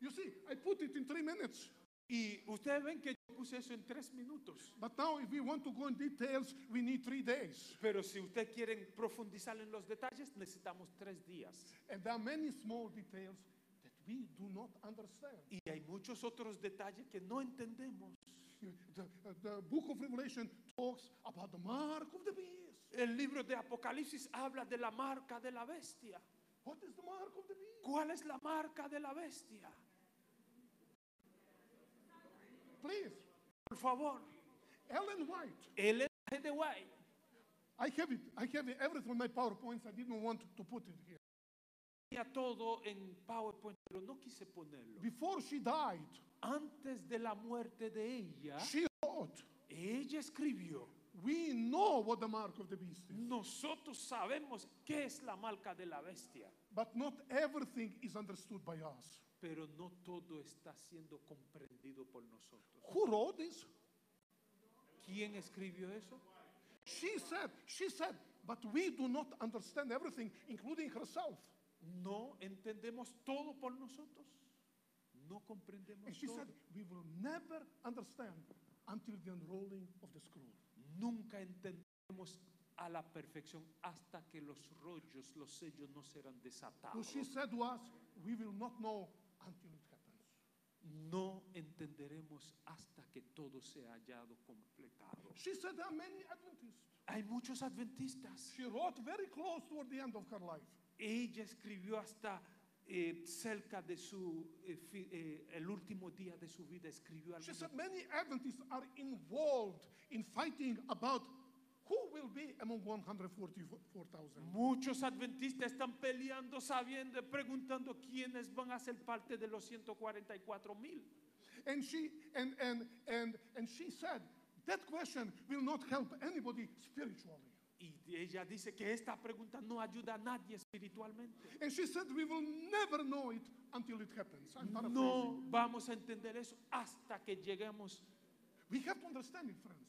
You see, I put it in three minutes.
Y ustedes ven que yo puse eso en tres minutos.
But now, if we want to go in details, we need three days.
Pero si ustedes quieren profundizar en los detalles, necesitamos tres días.
And there are many small details that we do not understand.
Y hay muchos otros detalles que no entendemos.
The, uh, the book of Revelation talks about the mark of the beast.
El libro de Apocalipsis habla de la marca de la bestia.
What is the mark of the beast?
¿Cuál es la marca de la bestia?
Please,
Por favor,
Ellen White.
el de White.
I have it. I have it, everything on my PowerPoints. I didn't want to put it here.
Tenía todo en PowerPoint, pero no quise ponerlo.
Before she died,
Antes de la muerte de ella,
she wrote,
ella escribió,
We know what the mark of the beast is,
nosotros sabemos qué es la marca de la bestia,
but not everything is understood by us.
pero no todo está siendo comprendido por nosotros.
Who wrote this?
¿Quién escribió eso?
She said, she said, but we do not understand everything, including herself.
No entendemos todo por nosotros. No
And
comprendemos
she
todo.
said, we will never understand until the unrolling of the scroll.
Nunca entendemos a la perfección hasta que los rollos, los sellos no serán
So
desatados.
she said to us, We will not know until it happens.
No entenderemos hasta que todo sea hallado completado.
She said, There are many Adventists.
Hay muchos adventistas.
She wrote very close toward the end of her life.
Ella escribió hasta eh, cerca de su eh, fi- eh, el último día de su vida escribió
She
algunas
said, Many Adventists are involved in fighting about who will be among 144,000.
Muchos adventistas están peleando, sabiendo, preguntando quiénes van a ser parte de los 144 mil.
And she and and and and she said that question will not help anybody spiritually.
Y ella dice que esta pregunta no ayuda a nadie espiritualmente.
And she said we will never know it until it happens. I'm paraphrasing.
No vamos a entender eso hasta que lleguemos.
We have to understand it, friends.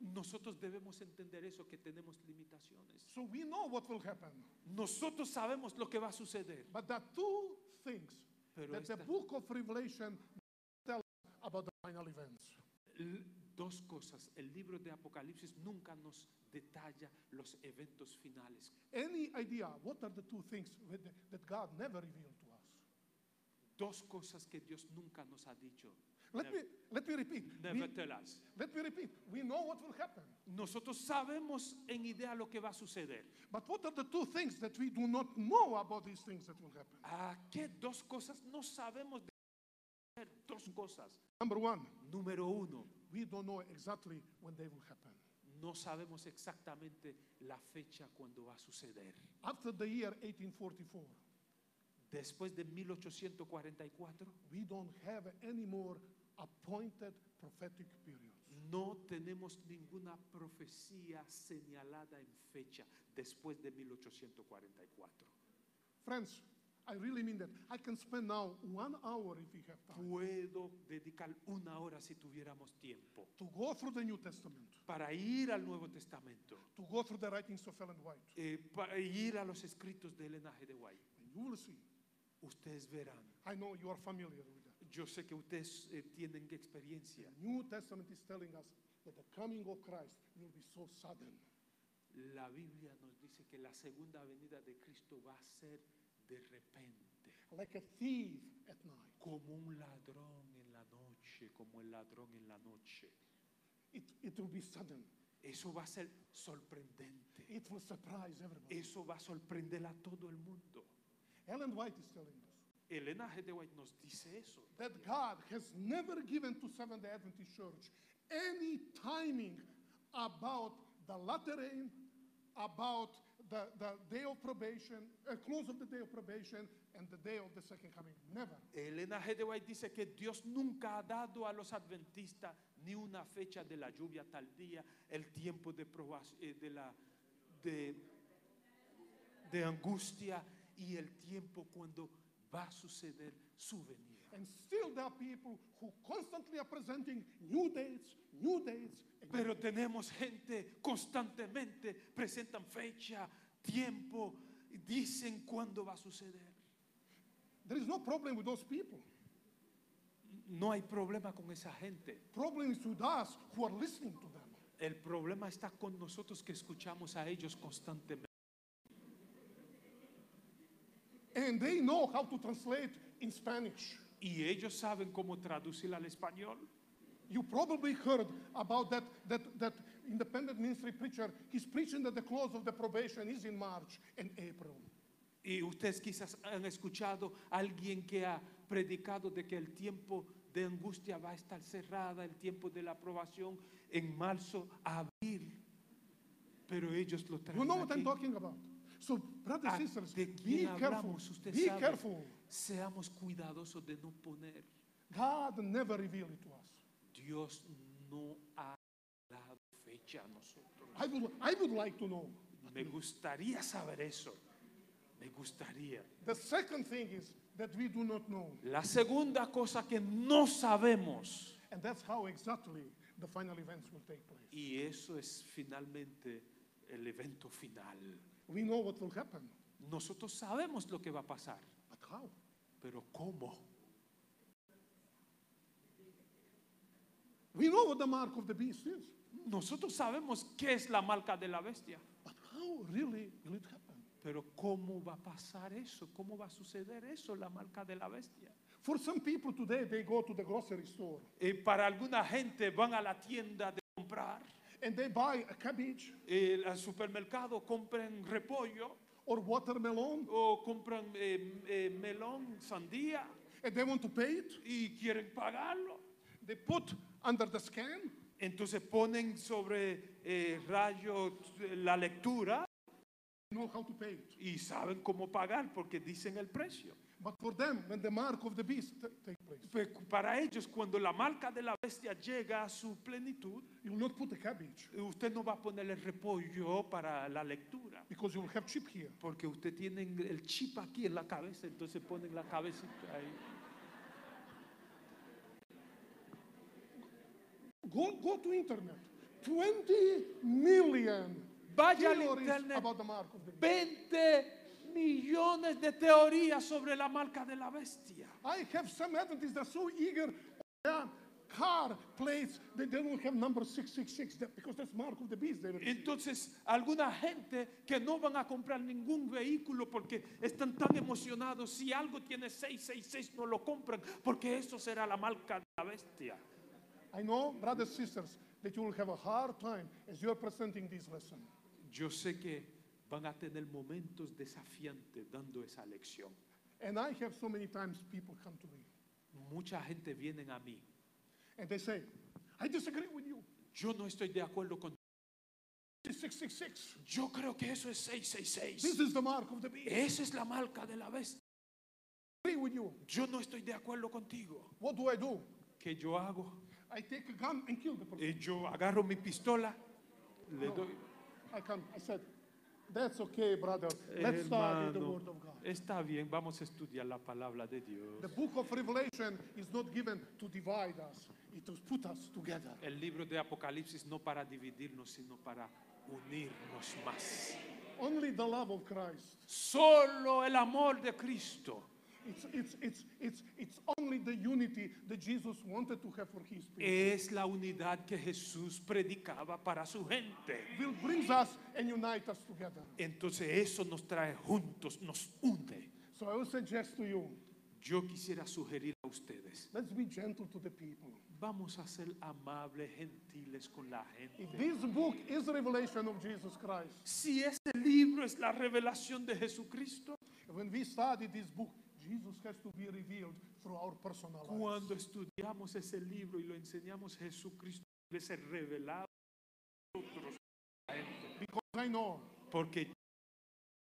Nosotros debemos entender eso, que tenemos limitaciones.
So we know what will happen.
Nosotros sabemos lo que va a suceder.
But there are two things
Pero
that the
esta-
book of Revelation tells about the final events.
L- Dos cosas. El libro de Apocalipsis nunca nos detalla los eventos finales.
Any idea what are the two things with the- that God never revealed to us?
Dos cosas que Dios nunca nos ha dicho.
Let
Never.
me let me repeat.
Never
We-
tell us.
let me repeat. We know what will happen.
Nosotros sabemos en idea lo que va a suceder.
But what are the two things that we do not know about these things that will happen?
¿A qué dos cosas no sabemos? De hacer? dos cosas.
Number one,
Número uno,
we don't know exactly when they will happen.
no sabemos exactamente la fecha cuando va a suceder.
After the year 1844,
Después de 1844,
we don't have any more appointed prophetic periods.
no tenemos ninguna profecía señalada en fecha después de 1844.
Friends, I really mean that. I can spend now one hour if we have time
Puedo dedicar una hora si tuviéramos tiempo
to go through the New Testament,
para ir al Nuevo Testamento.
to go through the writings of Ellen White.
eh, para ir a los escritos de Elena G. de White.
And you will see.
Ustedes verán.
I know you are familiar with that.
Yo sé que ustedes eh, tienen experiencia.
The New Testament is telling us that the coming of Christ will be so sudden.
La Biblia nos dice que la segunda venida de Cristo va a ser de repente,
like a thief at night.
como un ladrón en la noche, como el ladrón en la noche.
It, it will be sudden.
Eso va a ser sorprendente.
It will surprise everybody.
Eso va a sorprender a todo el mundo.
Ellen White is telling us
Elena G. de White nos dice eso.
that God has never given to Seventh day Adventist Church any timing about the latter rain, about the, the day of probation, uh, close of the day of probation, and the day of the second coming. Never.
Elena G. de White dice que Dios nunca ha dado a los adventistas ni una fecha de la lluvia tardía, el tiempo de, proba- eh, de, la, de, de angustia y el tiempo cuando va a suceder su venida.
And still there are people who constantly are presenting new dates, new dates, and new
Pero tenemos gente constantemente, presentan fecha, tiempo, y dicen cuándo va a suceder.
There is no problem with those people.
No hay problema con esa gente.
Problem is with us who are listening to them.
El problema está con nosotros que escuchamos a ellos constantemente.
And they know how to translate in Spanish.
Y ellos saben cómo traducir al español.
You probably heard about that, that, that independent ministry preacher. He's preaching that the close of the probation is in March and April.
Y ustedes quizás han escuchado a alguien que ha predicado de que el tiempo de angustia va a estar cerrada, el tiempo de la aprobación en marzo, abril. Pero ellos lo traen.
You know what I'm
aquí.
talking about. So, brothers
¿A
and sisters,
Ah, de
be
quién
careful.
hablamos? Usted
Be
sabe.
careful.
Seamos cuidadosos de no poner.
God never revealed it to us.
Dios no ha dado fecha a nosotros.
I would, I would like to know.
Me gustaría saber eso. Me gustaría.
The second thing is that we do not know.
La segunda cosa que no sabemos.
And that's how exactly the final events will take place.
Y eso es finalmente el evento final.
We know what will happen.
Nosotros sabemos lo que va a pasar,
But how?
pero ¿cómo?
We know what the mark of the beast is.
Nosotros sabemos qué es la marca de la bestia,
But how really will it happen?
pero ¿cómo va a pasar eso? ¿Cómo va a suceder eso, la marca de la bestia?
For some people today, they go to the grocery store
Eh, para alguna gente van a la tienda de comprar,
and they buy a cabbage
eh, al supermercado compran repollo
or watermelon
o compran eh, eh, melón, sandía
and they want to pay it.
y quieren pagarlo.
They put under the scan
Entonces ponen sobre eh, rayo eh, la lectura
know how to pay it.
y saben cómo pagar porque dicen el precio.
But for them, when the mark of the beast t- take place,
Pe- Para ellos, cuando la marca de la bestia llega a su plenitud,
you will not put a cabbage
eh, usted no va a poner el repollo para la lectura,
because you will have chip here.
porque usted tiene el chip aquí en la cabeza, entonces ponen la cabeza ahí.
Go, go to internet. 20 million
Vaya al
theories
internet.
about the mark of the beast.
20 millones de teorías sobre la marca de la bestia.
I have some Adventists that are so eager. Yeah, car plates, they, they don't have number 666 that, because that's mark of the beast. They will
Entonces, alguna gente que no van a comprar ningún vehículo porque están tan emocionados, si algo tiene 666 no lo compran porque eso será la marca de la bestia.
I know, brothers sisters, that you will have a hard time as you are presenting this lesson.
Yo sé que van a tener momentos desafiantes dando esa lección.
And I have so many times people come to me
Mucha gente viene a mí.
and they say, I disagree with you.
Yo no estoy de acuerdo con
666.
Yo creo que eso es
This
666.
is the mark of the beast. I
Esa es la marca de la bestia.
agree with you.
Yo no estoy de acuerdo contigo.
What do I do?
¿Qué yo hago?
I take a gun and kill the person.
Eh, yo agarro mi pistola, le doy.
I come. I said, that's okay, brother. Let's study the word of God.
Está bien, vamos a estudiar la palabra de Dios.
The book of Revelation is not given to divide us. It was put us together.
El libro de Apocalipsis no para dividirnos, sino para unirnos más.
Only the love of Christ.
Solo el amor de Cristo
It's, it's, it's, it's, it's only the unity that Jesus wanted to have for his people.
es la unidad que Jesús predicaba para su gente.
will brings us and unite us together.
Entonces eso nos trae juntos, nos une.
So I will suggest to you,
Yo quisiera sugerir a ustedes,
let's be gentle to the people.
vamos a ser amables, gentiles con la gente.
If this book is revelation of Jesus Christ,
Si este libro es la revelación de Jesucristo,
When we study this book, Jesus has to be revealed through our personal lives.
cuando estudiamos ese libro y lo enseñamos, Jesucristo debe ser revelado.
Because I know
Porque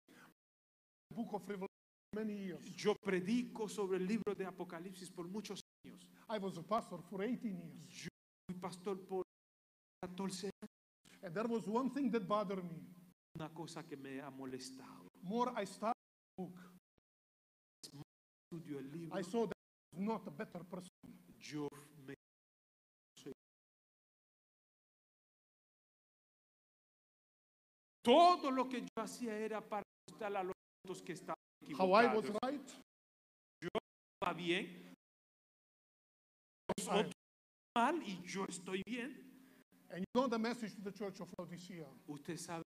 the book of Revelation many years.
yo predico sobre el libro de Apocalipsis por muchos años.
I was a pastor for 18 years.
Yo fui pastor por 14 años.
And there was one thing that bothered me.
Una cosa que me ha molestado.
More I studied the book,
Estudio el libro.
I saw that I was not a better person.
Yo me soy- Todo lo que yo hacía era para mostrar a los otros que estaban
How I was
equivocados.
right,
está bien. Nosotros mal y yo estoy bien.
and you know the message to the church of Laodicea.
Usted sabe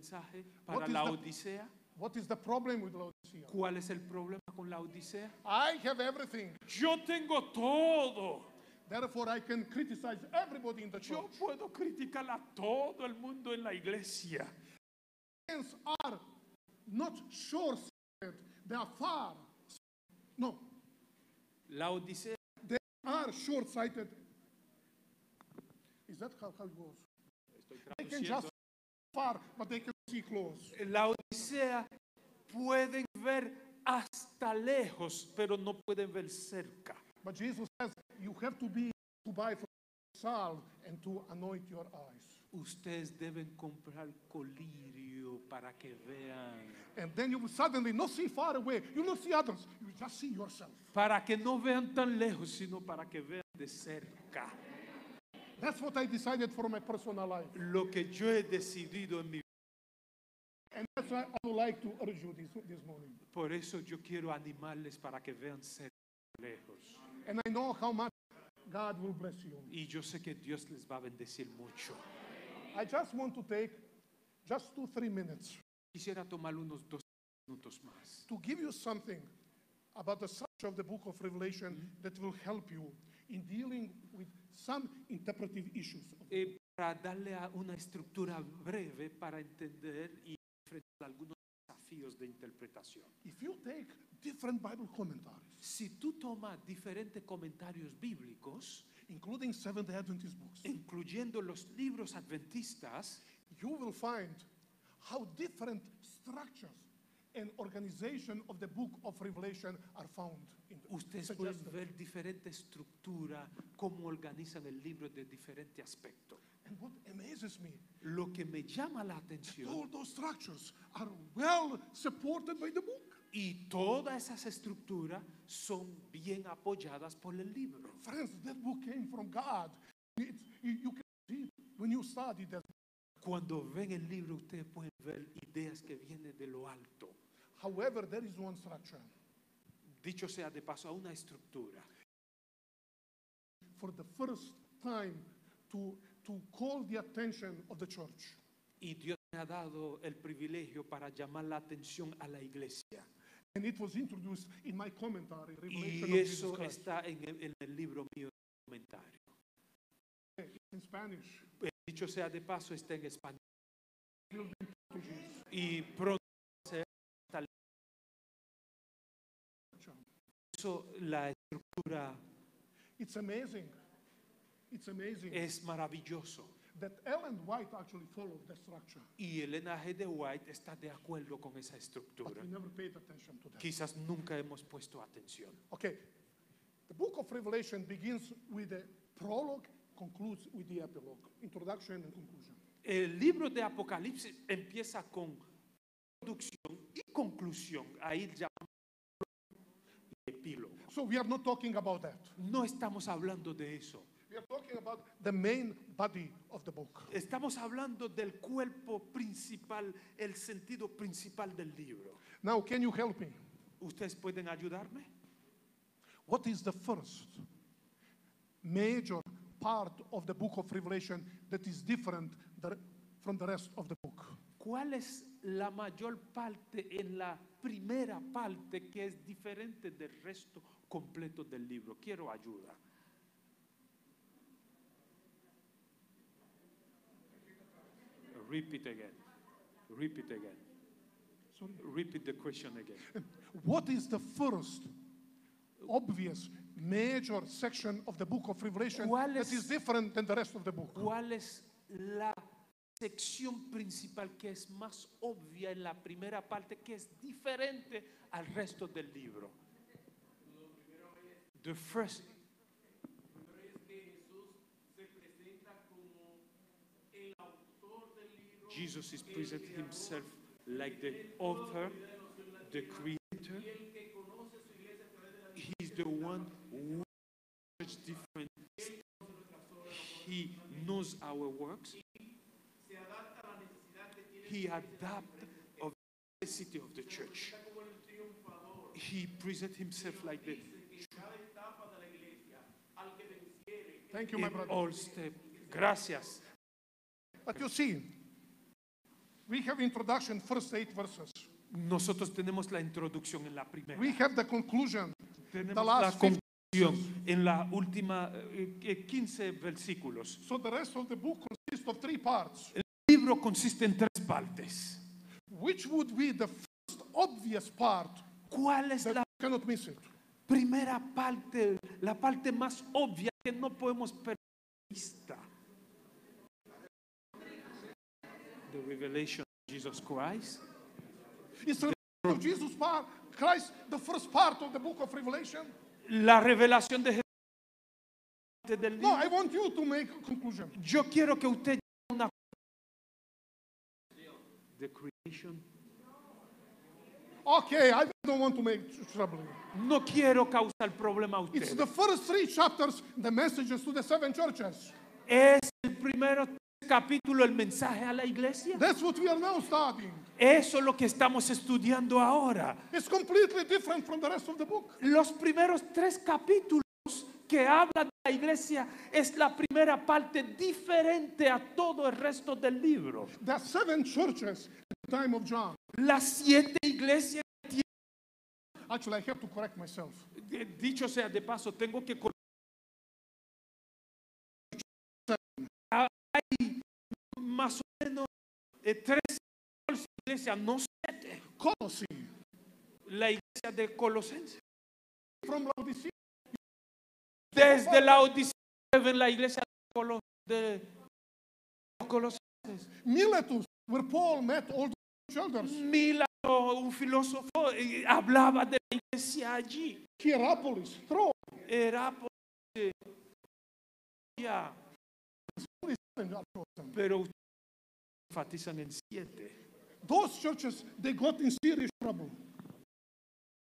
el mensaje para
is
la
the-
Odisea.
What is the problem with Laodicea?
¿Cuál es el problema con la Odisea?
I have everything.
Yo tengo todo.
Therefore, I can criticize everybody in the church.
Yo puedo criticar a todo el mundo en la iglesia.
Christians are not short-sighted. They are far. No,
La Odisea
They are short-sighted. Is that how, how it goes? They can just far, but they can see close.
la Odisea pueden ver hasta lejos, pero no pueden ver cerca.
But Jesus says you have to be to buy from salve and to anoint your eyes,
Ustedes deben comprar colirio para que vean.
and then you will suddenly not see far away. You will not see others. You will just see yourself.
Para que no vean tan lejos, sino para que vean de cerca.
That's what I decided for my personal life,
Lo que yo he decidido en mi vida.
and that's why I would like to urge you this, this morning.
Por eso yo quiero animarles para que vean cerca lejos.
And I know how much God will bless you.
Y yo sé que Dios les va a bendecir mucho.
I just want to take just two, three minutes
Quisiera tomar unos dos minutos más
to give you something about the subject of the book of Revelation that will help you in dealing with some interpretive issues.
eh, para darle a una estructura breve para entender y enfrentar algunos desafíos de interpretación.
If you take different Bible commentaries,
Si tú tomas diferentes comentarios bíblicos,
including Seventh day Adventist books,
incluyendo los libros adventistas,
you will find how different structures and organization of the book of Revelation are found in the
ustedes pueden
suggested.
ver diferente estructura, cómo organizan el libro de diferente aspecto.
And what amazes me,
Lo que me llama la atención
all those structures are well supported by the book.
y todas esas estructuras son bien apoyadas por el libro.
Friends, that book came from God. It, you, you can see when you study that
Cuando ven el libro ustedes pueden ver ideas que vienen de lo alto.
However, there is one structure
Dicho sea de paso, a una estructura.
for the first time to, to call the attention of the church.
Y Dios me ha dado el privilegio para llamar la atención a la iglesia.
And it was introduced in my commentary, Revelation of
Y
Jesus
eso
Christ,
está en el, en el libro mío de comentario.
in Spanish.
Eh, Dicho sea de paso, está en español.
Portuguese.
Y pronto se hasta el- eso, la estructura
It's amazing. It's amazing
es maravilloso.
that Ellen White actually followed the structure,
Y Elena G. de White está de acuerdo con esa
but
estructura.
we never paid attention to that.
Quizás nunca hemos puesto atención.
Okay, the book of Revelation begins with a prologue, concludes with the epilogue, introduction and conclusion.
El libro de Apocalipsis empieza con producción y conclusión. Ahí ya epílogo.
So we are not talking about that.
No estamos hablando de eso.
We are talking about the main body of the book.
Estamos hablando del cuerpo principal, el sentido principal del libro.
Now, can you help me?
¿Ustedes pueden ayudarme?
What is the first major part of the book of Revelation that is different the- from the rest of the book?
¿Cuál es la mayor parte en la primera parte que es diferente del resto completo del libro? Quiero ayuda. Repeat again. Repeat again. Repeat the question again.
What is the first obvious major section of the book of Revelation
¿Cuál
that
es-
is different than the rest of the book?
¿Cuál es la sección principal que es más obvia en la primera parte que es diferente al resto del libro? The first. Jesus is presenting himself like the author, the creator. He's the one who is different he knows our works. He adapt of the city of the church. He present himself like the
Thank you, my
in
brother.
all step. Gracias.
But you see, we have introduction, first eight verses.
Nosotros tenemos la introducción en la primera.
We have the conclusion, the
tenemos la
last 15.
conclusión en la última eh, eh, 15 versículos.
So the rest of the book consists of three parts.
El libro consiste en tres partes.
Which would be the first obvious part
¿Cuál es
that
la
you cannot miss it?
primera parte, la parte más obvia que no podemos perder de vista. The revelation of Jesus Christ.
It's the of Jesus part, Christ, the first part of the book of Revelation.
La revelación de Jesús del
No,
libro.
I want you to make a conclusion.
Yo quiero que usted llegue a una The creation.
Okay, I don't want to make trouble.
No quiero causar problema a usted.
It's the first three chapters, the messages to the seven churches.
Es el primer capítulo el mensaje a la iglesia.
That's what we are now studying.
Eso es lo que estamos estudiando ahora.
It's completely different from the rest of the book.
los primeros tres capítulos que hablan de la iglesia es la primera parte diferente a todo el resto del libro.
There are seven churches at the time of John.
Las siete iglesias,
Actually, I have to correct myself.
eh, dicho sea de paso, tengo que cor- Ah, hay más o menos eh, 13 14 iglesias, no siete.
Colossae,
La iglesia de Colosenses.
from Laodicea,
Desde la Odisea en la iglesia de, Colo- de los Colosenses.
Miletus, where Paul met all the elders.
Milano, un filósofo, eh, hablaba de la iglesia allí.
Hierapolis, Troy,
Era por- eh, ya,
and all of them.
pero ustedes enfatizan en siete.
Those churches, they got in serious trouble.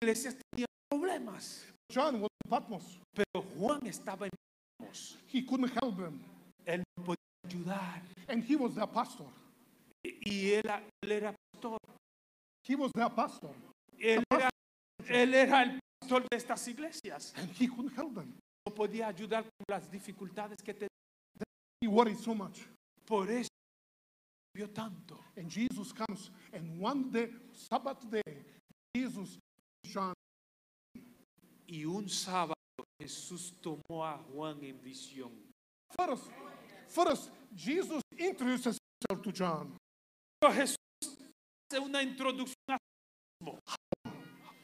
Iglesias tenían problemas,
John was in Patmos.
pero Juan estaba en Patmos.
He couldn't help them.
Él no podía ayudar.
And he was their pastor.
Y él, él era pastor.
He was their pastor.
Él era, él era el pastor de estas iglesias.
And he couldn't help them.
No podía ayudar con las dificultades que tenía.
He worried so much.
Por eso vio tanto.
And Jesus comes. And one day, Sabbath day, Jesus, John,
Y un sábado Jesús tomó a Juan en visión.
First, first, Jesus introduces himself to John.
Pero Jesús hace una introducción a sí mismo.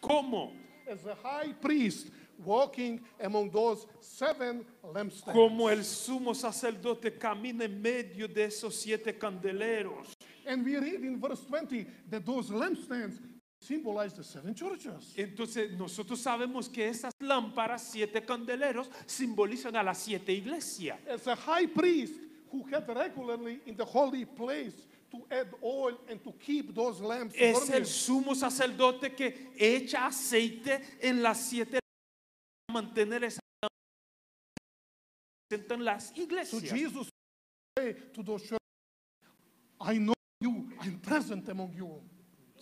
¿Cómo?
As a high priest walking among those seven lampstands.
Como el sumo sacerdote camina en medio de esos siete candeleros.
And we read in verse 20 that those lampstands symbolize the seven churches.
Entonces nosotros sabemos que esas lámparas, siete candeleros, simbolizan a las siete iglesias.
As a high priest who had regularly in the holy place to add oil and to keep those lamps
Es
burning.
el sumo sacerdote que echa aceite en las siete para mantener esa en las
So
iglesias.
Jesus say to those churches, I know you, I'm present among you.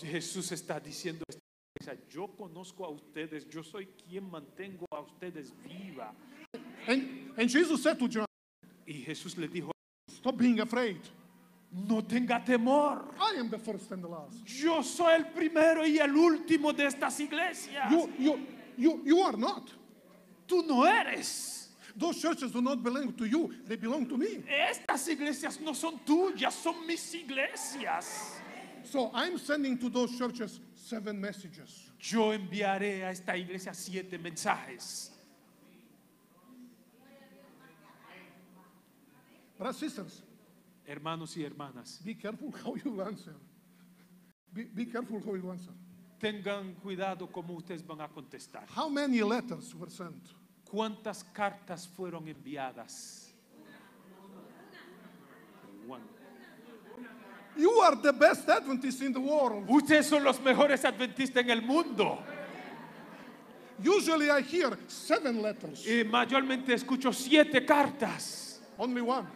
Jesús está diciendo, a esta iglesia, yo conozco a ustedes, yo soy quien mantengo a ustedes viva.
And, and Jesus said to John,
Y Jesús le dijo,
Stop being afraid.
no tenga temor.
I am the first and the last.
Yo soy el primero y el último de estas iglesias.
You, you, you, you are not.
Tú no eres.
Those churches do not belong to you, they belong to me.
Estas iglesias no son tuyas, son mis iglesias.
So I'm sending to those churches seven messages.
Yo enviaré a esta iglesia siete mensajes.
Brothers sisters,
Hermanos y hermanas,
be careful how you answer. Be, be careful how you answer.
tengan cuidado cómo ustedes van a contestar.
How many letters were sent?
¿Cuántas cartas fueron enviadas? One.
You are the best Adventist in the world.
Ustedes son los mejores adventistas en el mundo.
Usually I hear seven letters,
Y mayormente escucho siete cartas.
only one.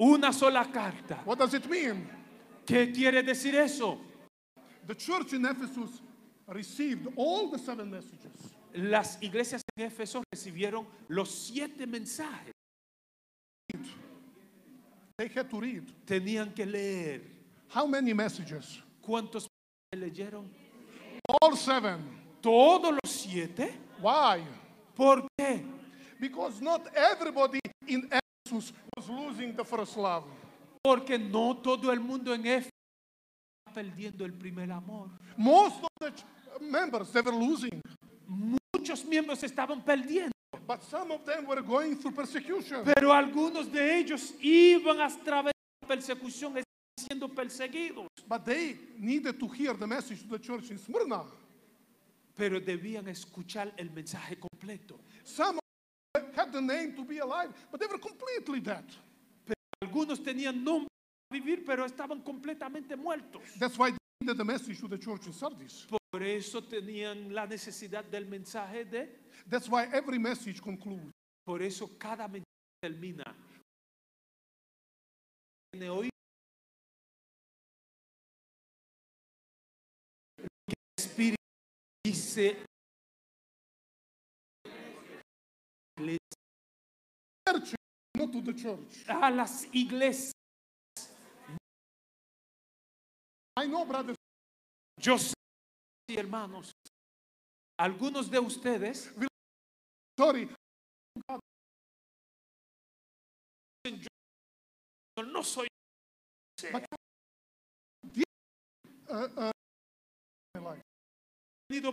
Una sola carta.
What does it mean?
¿Qué quiere decir eso?
The church in Ephesus received all the seven messages.
Las iglesias en Éfeso recibieron los siete mensajes.
They had to read.
Tenían que leer.
How many messages?
¿Cuántos leyeron?
All seven.
¿Todos los siete?
Why?
¿Por qué?
Because not everybody in Ephesus was losing the first love.
Porque no todo el mundo en Éfeso está perdiendo el primer amor.
Most of the ch- members they were losing,
Muchos miembros estaban perdiendo,
but some of them were going through persecution.
pero algunos de ellos iban a través de la persecución, estaban siendo perseguidos.
But they needed to hear the message to the church in Smyrna.
Pero debían escuchar el mensaje completo.
Some of them had the name to be alive, but they were completely dead.
Algunos tenían nombre para vivir, pero estaban completamente muertos.
That's why they needed the message to the church in Sardis.
Por eso tenían la necesidad del mensaje de...
That's why every message concludes.
Por eso cada mensaje termina. Tiene oído. Lo que el Espíritu dice. a la iglesia.
church, not to the church.
a las iglesias.
I know, brothers,
Yo sé, y hermanos, algunos de ustedes
sorry,
no soy
uh, uh, my life.
tenido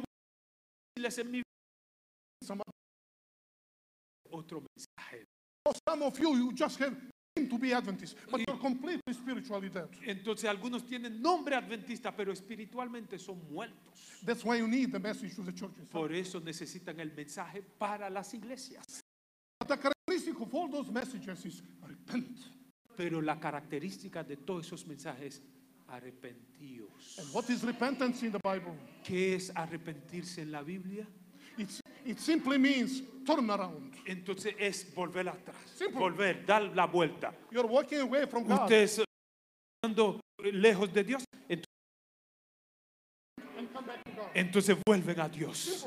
muchas en mi vida.
Some,
Otro mensaje.
for Oh, some of you, you just have seem to be Adventists, but you're completely spiritually dead.
Entonces algunos tienen nombre adventista, pero espiritualmente son muertos.
That's why you need the message to the churches.
Por eso necesitan el mensaje para las iglesias.
But the characteristic of all those messages is repent.
Pero la característica de todos esos mensajes arrepentidos.
And what is repentance in the Bible?
¿Qué es arrepentirse en la Biblia?
It's, it simply means turn around.
Entonces es volver atrás,
Simple.
volver, dar la vuelta.
You're walking away from God.
Ustedes estando lejos de Dios, entonces, entonces vuelven a Dios.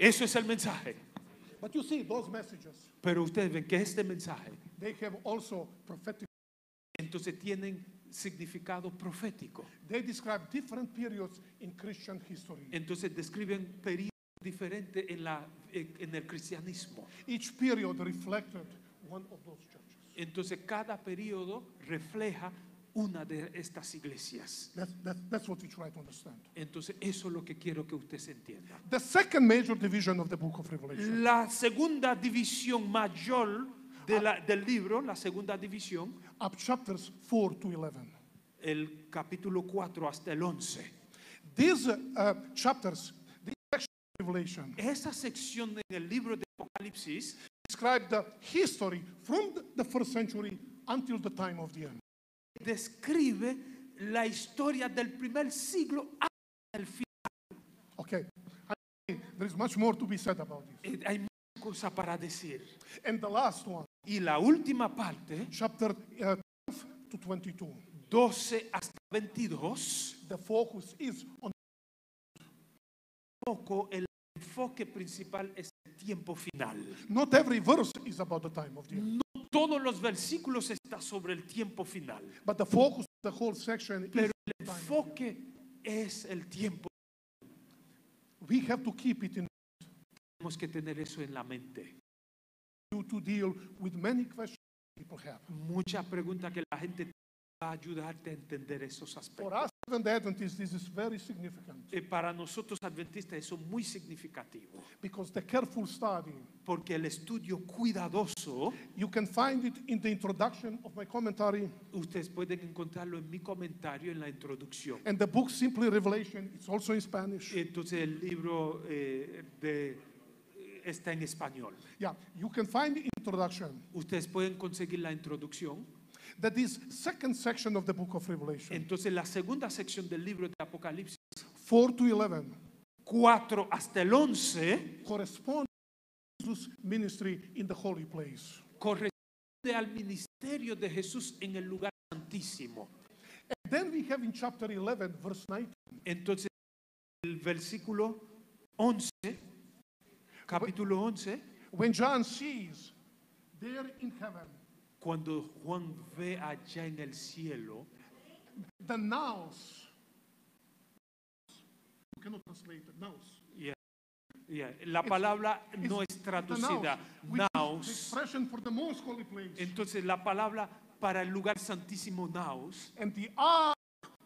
Eso es el mensaje.
But you see, those messages,
Pero ustedes ven que este mensaje
they have also prophetic.
entonces tienen significado profético.
They describe different periods in Christian history.
Entonces describen periodos diferentes en, la, en en el cristianismo.
Each period reflected one of those churches.
Entonces cada periodo refleja una de estas iglesias.
That's, that's, that's what we try to understand.
Entonces eso es lo que quiero que usted se entienda.
The second major division of the book of Revelation
La segunda división mayor
Ah.
de la- del libro, la segunda división,
are chapters 4 to 11.
el capítulo 4 hasta el 11.
These uh, uh, chapters, the section of Revelation,
Esa sección en el libro de Apocalipsis
describe the history from the- the first century until the time of the end.
describe la historia del primer siglo hasta el fin.
Okay, I- there is much more to be said about this.
Eh, Hay muchas cosas para decir.
And the last one,
Y la última parte,
chapter uh, 12 to 22,
12 hasta 22,
the focus is on
poco el enfoque principal es el tiempo final.
not every verse is about the time of the end,
Todos los versículos están sobre el tiempo final.
but the focus of the whole section is
Pero el enfoque es el tiempo.
we have to keep it in
Tenemos que tener eso en la mente.
view to deal with many questions people have.
Muchas preguntas que la gente va a ayudarte a entender esos
For
aspectos.
us, even the Adventists, this is very significant
Eh, Para nosotros adventistas eso es muy significativo,
because the careful study,
porque el estudio cuidadoso,
you can find it in the introduction of my commentary
ustedes pueden encontrarlo en mi comentario en la introducción.
and the book simply Revelation. It's also in Spanish.
Entonces el libro eh, de- eh, está en español.
Yeah, you can find the introduction.
Ustedes pueden conseguir la introducción.
That is second section of the book of Revelation,
Entonces la segunda sección del libro de Apocalipsis,
4 to 11,
4 hasta el 11,
corresponds to Jesus' ministry in the holy place.
corresponde al ministerio de Jesús en el lugar santísimo.
And then we have in chapter 11, verse 9,
Entonces el versículo 11, capítulo 11,
when John sees there in heaven
cuando Juan ve allá en el cielo
the nows. You cannot translate it, nows.
yeah, la palabra no es
The nows,
traducida,
which is the
naos.
expression for the most holy place.
Entonces la palabra para el lugar santísimo Naos
And the ark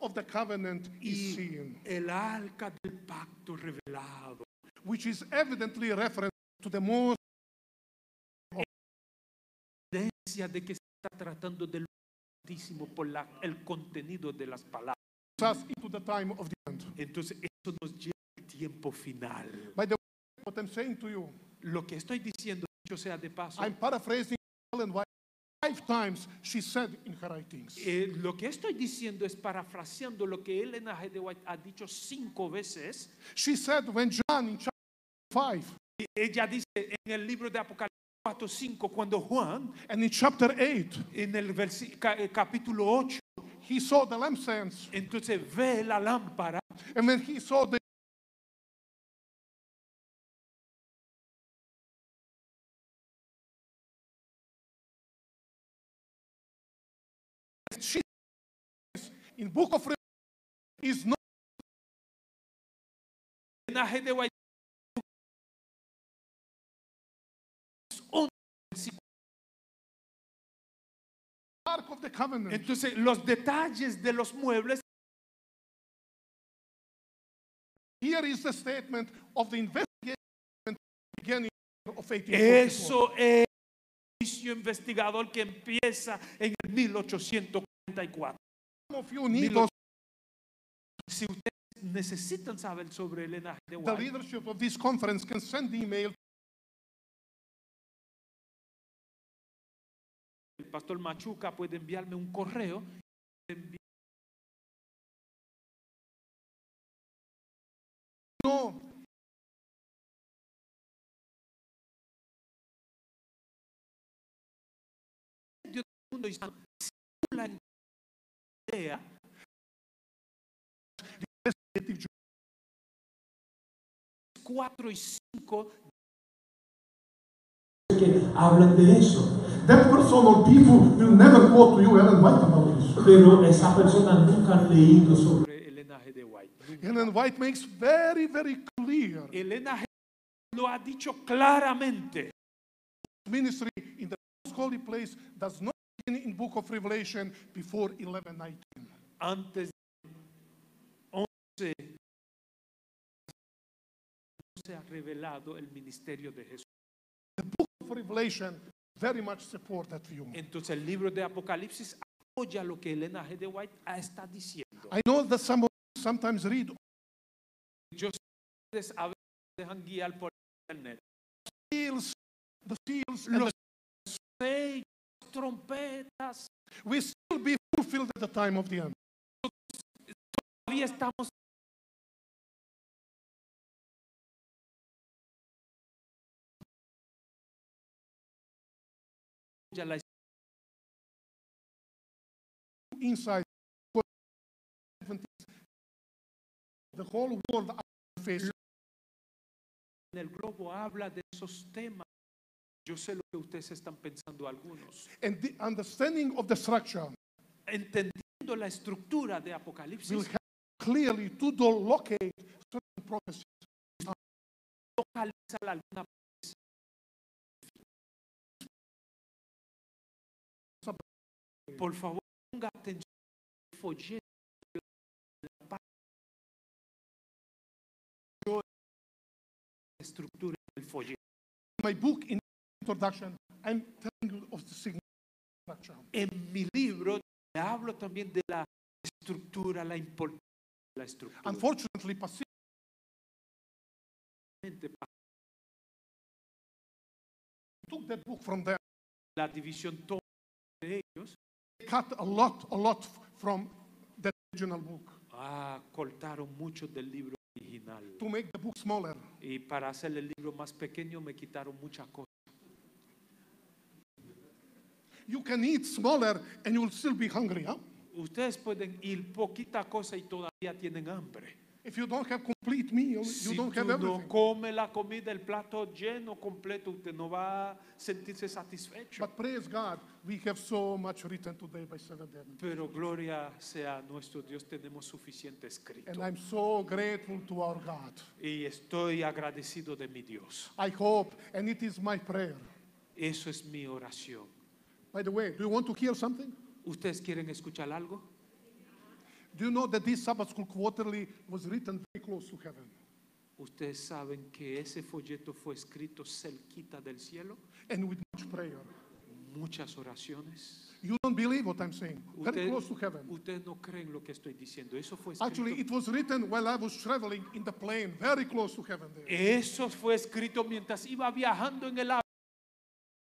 of the covenant is
y
seen,
el arca del pacto revelado.
which is evidently reference to the most
Evidencia de que se está tratando del lugar santísimo por la- el contenido de las palabras.
us into the time of the end.
Entonces eso nos lleva al tiempo final.
By the way, what I'm saying to you,
Lo que estoy diciendo, dicho sea de paso,
I'm paraphrasing Ellen White. Five times she said in her writings.
eh, lo que estoy diciendo es parafraseando lo que Elena G. de White ha dicho cinco veces.
She said when John in chapter 5
Y Ella dice en el libro de Apocalipsis 4, 5, cuando Juan,
and in chapter 8,
en el versi- ca- eh, capítulo 8,
he saw the lampstands
Entonces ve la lámpara
And when he saw the in book of Revelation is not
El linaje de Guayana es un versículo.
the Ark of the Covenant.
Entonces, los detalles de los muebles,
Here is the statement of the investigation beginning of 1844.
eso es el juicio investigador que empieza en el 1844.
Some of you need those-
Si ustedes necesitan saber sobre el linaje de
the
Guayana,
leadership of this conference can send email
el pastor Machuca puede enviarme un correo.
No.
Dios del mundo y si tú la idea
Native Jew-
4 y 5
que hablan de eso.
That person or people will never quote to you Ellen White about this.
Pero esa persona nunca ha leído sobre
sobre el linaje de White.
Ellen White makes very, very clear
Elena G- lo ha dicho claramente.
ministry in the most holy place does not begin in Book of Revelation before 1119.
Antes de 11 se ha revelado el ministerio de Jesús.
Book of Revelation very much support that view.
Entonces el libro de Apocalipsis apoya lo que Elena G. de White ah, está diciendo.
I know that some of you sometimes read
Yo sé que ustedes a veces se dejan guiar por internet.
seals, the seals, and the-
Sellos, trompetas,
we still be fulfilled at the time of the end.
todavía estamos Ya la-
Inside the whole world are facing.
en el globo habla de esos temas. Yo sé lo que ustedes están pensando algunos.
and the understanding of the structure
Entendiendo la estructura de
will
Apocalipsis,
help clearly to do locate certain prophecies.
localizar alguna Por favor, ponga atención al folleto de la pa- Yo- la estructura del folleto.
My book in introduction, I'm telling you of the signal structure.
En mi libro le hablo también de la estructura, la importancia de la estructura.
Unfortunately, Pacific
Gente, pa-
took that book from them.
La división toda de ellos
They cut a lot, a lot f- from that original book
ah, cortaron mucho del libro original.
to make the book smaller.
Y para hacer el libro más pequeño me quitaron muchas cosas.
You can eat smaller and you will still be hungry, huh?
Ustedes pueden ir poquita cosa y todavía tienen hambre.
If you don't have complete meal,
Si
you don't
tú
have
no
everything.
come la comida, el plato lleno, completo, usted no va a sentirse satisfecho.
But praise God, we have so much written today by Seventh Day.
Pero gloria sea a nuestro Dios, tenemos suficiente escrito.
And I'm so grateful to our God.
Y estoy agradecido de mi Dios.
I hope, and it is my prayer.
Eso es mi oración.
By the way, do you want to hear something?
¿Ustedes quieren escuchar algo?
Do you know that this Sabbath School Quarterly was written very close to heaven?
Ustedes saben que ese folleto fue escrito cerquita del cielo,
And with much prayer.
muchas oraciones.
You don't believe what I'm saying. Very
Ustedes,
close to heaven.
ustedes no creen lo que estoy diciendo. Eso fue escrito,
Actually, it was written while I was traveling in the plane, very close to heaven there.
eso fue escrito mientras iba viajando en el avión.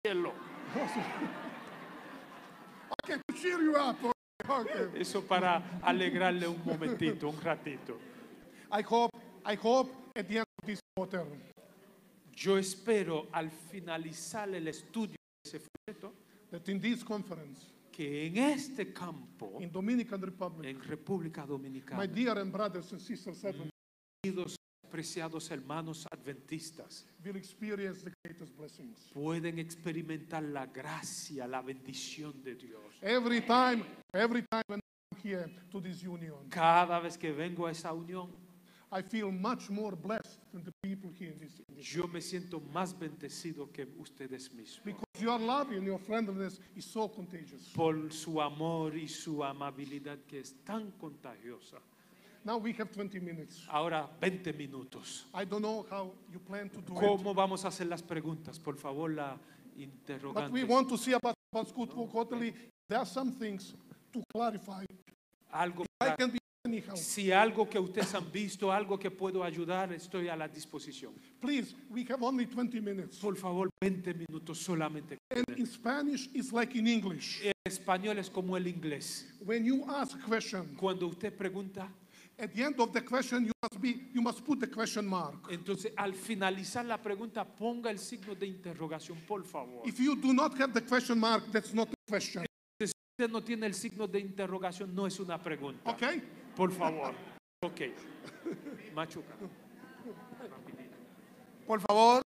cielo.
I can cheer you up. Okay.
Eso para alegrarle un momentito, un ratito.
I hope, I hope at the end of this quarter,
Yo espero al finalizar el estudio de ese folleto
that in this conference,
que en este campo,
in Dominican Republic,
en República Dominicana,
my dear and brothers and sisters, heaven
queridos apreciados hermanos adventistas,
will experience the greatest blessings.
pueden experimentar la gracia, la bendición de Dios.
Every time, every time when I'm here to this union.
Cada vez que vengo a esa unión,
I feel much more blessed than the people here in this union.
yo me siento más bendecido que ustedes mismos.
Because your love and your friendliness is so contagious.
Por su amor y su amabilidad que es tan contagiosa.
Now we have 20 minutes.
Ahora 20 minutos.
I don't know how you plan to do it.
¿Cómo vamos a hacer las preguntas? Por favor, la
But we
interrogante.
want to see about, about Scoot Quarterly. There are some things to clarify.
Algo
I
para-
can be anyhow.
si algo que ustedes han visto, algo que puedo ayudar, estoy a la disposición.
Please, we have only 20 minutes.
Por favor, 20 minutos solamente.
And in Spanish, it's like in English.
El español es como el inglés.
When you ask a question,
Cuando usted pregunta,
at the end of the question, you must be, you must put a question mark.
entonces al finalizar la pregunta ponga el signo de interrogación, por favor.
If you do not have the question mark, that's not a question.
Si usted no tiene el signo de interrogación, no es una pregunta.
Okay?
Por favor. Ok. Machuca. Rapidito.
Por favor,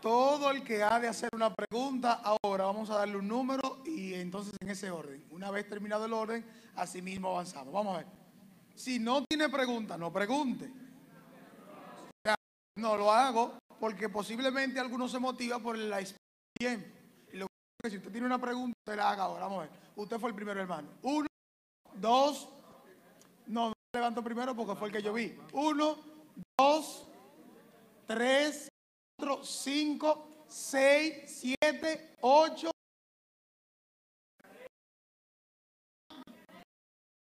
todo el que ha de hacer una pregunta ahora, vamos a darle un número y entonces en ese orden. Una vez terminado el orden, así mismo avanzamos. Vamos a ver. Si no tiene pregunta, no pregunte. O sea, No lo hago porque posiblemente alguno se motiva por la experiencia. Y lo que si usted tiene una pregunta, usted la haga ahora. Vamos a ver. Usted fue el primero, hermano. Uno, dos. No, no levanto primero porque fue el que yo vi. Uno, dos, tres, 4, 5, 6, 7, 8,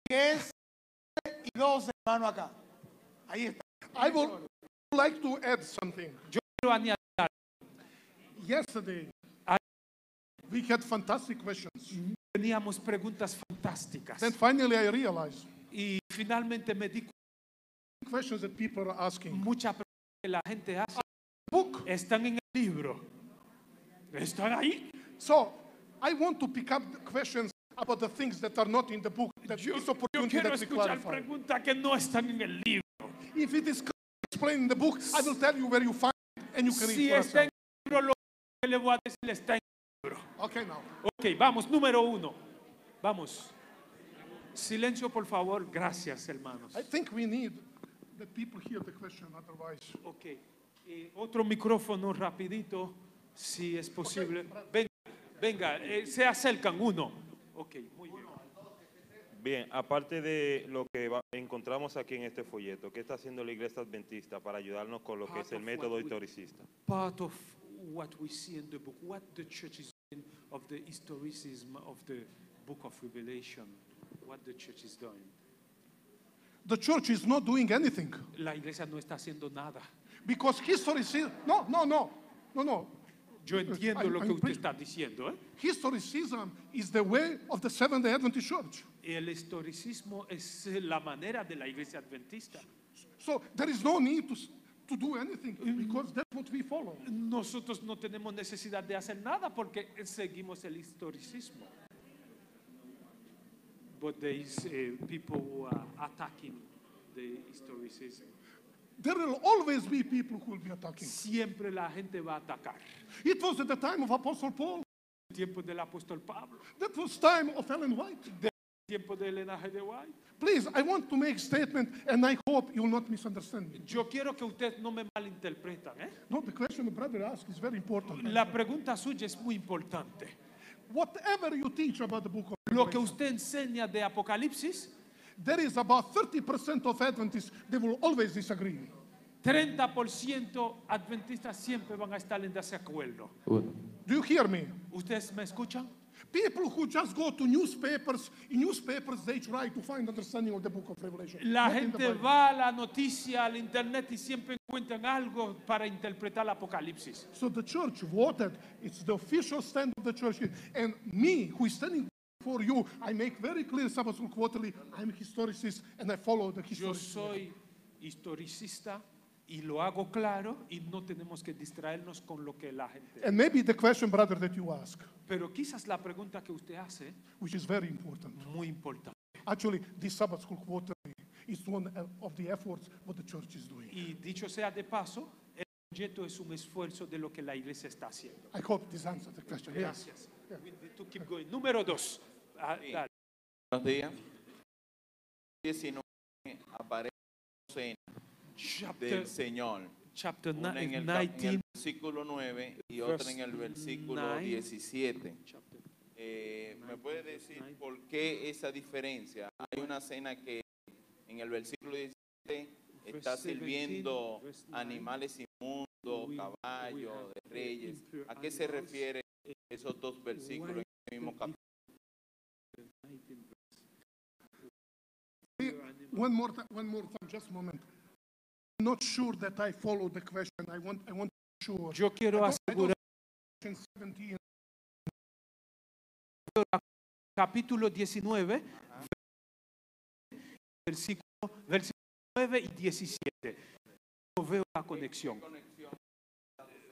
10 y 12, hermano, acá. Ahí está.
I would like to add something.
Quiero añadir,
Yesterday,
I-
we had fantastic questions.
teníamos preguntas fantásticas.
Then finally, I realized
Y finalmente me di cuenta
questions that people are
que
asking.
muchas preguntas que la gente hace
Book.
están en el libro. Están ahí.
So I want to pick up the questions about the things that are not in the book. That is opportunity
Quiero
that we
escuchar
clarify.
preguntas que no están en el libro.
If it is explained in the book, I will tell you where you find it and you can read
Si
for
está en
yourself.
el libro, lo que le voy a decir está en el libro.
Okay, now.
Ok, vamos, número uno. Vamos. Silencio, por favor. Gracias, hermanos.
I think we need that people hear the question, otherwise.
Ok. eh, otro micrófono rapidito, si es posible. Venga, venga, eh, se acercan uno. Ok, muy bien.
Bien, aparte de lo que va- encontramos aquí en este folleto, ¿qué está haciendo la Iglesia Adventista para ayudarnos con lo que es el método historicista?
Part of what we see in the book, what the church is doing of the historicism of the book of Revelation, what the church is doing.
The church is not doing anything.
La iglesia no está haciendo nada.
Because history says, no, no, no, no, no.
Yo entiendo
I'm-
lo que
I'm
usted
preaching.
está diciendo, ¿eh?
Historicism is the way of the Seventh-day Adventist Church.
El historicismo es eh, la manera de la iglesia adventista.
So there is no need to, s- to do anything
Mm.
because that's what we follow.
Nosotros no tenemos necesidad de hacer nada porque seguimos el historicismo. But there is eh, people who are attacking the historicism.
There will always be people who will be attacking.
Siempre la gente va a atacar.
It was at the time of Apostle Paul.
El tiempo del apóstol Pablo,
That was time of Ellen White.
el tiempo de Elena G. de White.
Please, I want to make statement, and I hope you will not misunderstand me.
Yo quiero que ustedes no me malinterpretan. ¿eh?
No, the question the brother asked is very important.
La pregunta suya es muy importante.
Whatever you teach about the book of
Lo que usted enseña de Apocalipsis,
there is about 30% of Adventists, they will always disagree.
30% adventistas siempre van a estar en desacuerdo.
Do you hear me?
¿Ustedes me escuchan?
People who just go to newspapers, in newspapers they try to find understanding of the book of Revelation.
La
not in the
gente
Bible.
va a la noticia, al internet y siempre encuentran algo para interpretar el Apocalipsis.
So the church voted, it's the official stand of the church. And me, who is standing before you, I make very clear Sabbath School Quarterly, I'm a historicist and I follow the
Yo
history.
soy historicista y lo hago claro y no tenemos que distraernos con lo que la gente.
And maybe the question, brother, that you ask,
Pero quizás la pregunta que usted hace,
which is very important.
muy importante.
Actually, this Sabbath School Quarterly is one of the efforts what the church is doing.
Y dicho sea de paso, el proyecto es un esfuerzo de lo que la iglesia está haciendo.
I hope this answered the question. Yes.
Gracias. We need to keep going. Número dos. Ah, dale.
Buenos días. 19 aparece la cena
Chapter,
del Señor.
chapter
Una en el, cap- en el
19,
versículo 9 y otra en el versículo
nine.
17.
chapter
Eh, ¿Me puede decir
nine.
por qué esa diferencia? Hay una cena que en el versículo 17 está
17,
sirviendo
verse nine.
animales
We- we
inmundos, caballos,
have
de reyes.
impure
¿A qué se
animals.
refiere esos dos versículos en el mismo capítulo?
19
One more, ti- one more time, just a moment. I'm not sure that I follow the question. I want, I want to be sure.
Yo quiero
I don't- I don't-
asegurar
Question 17.
capítulo 19, versículo, versículo 9 y 17. No veo la conexión.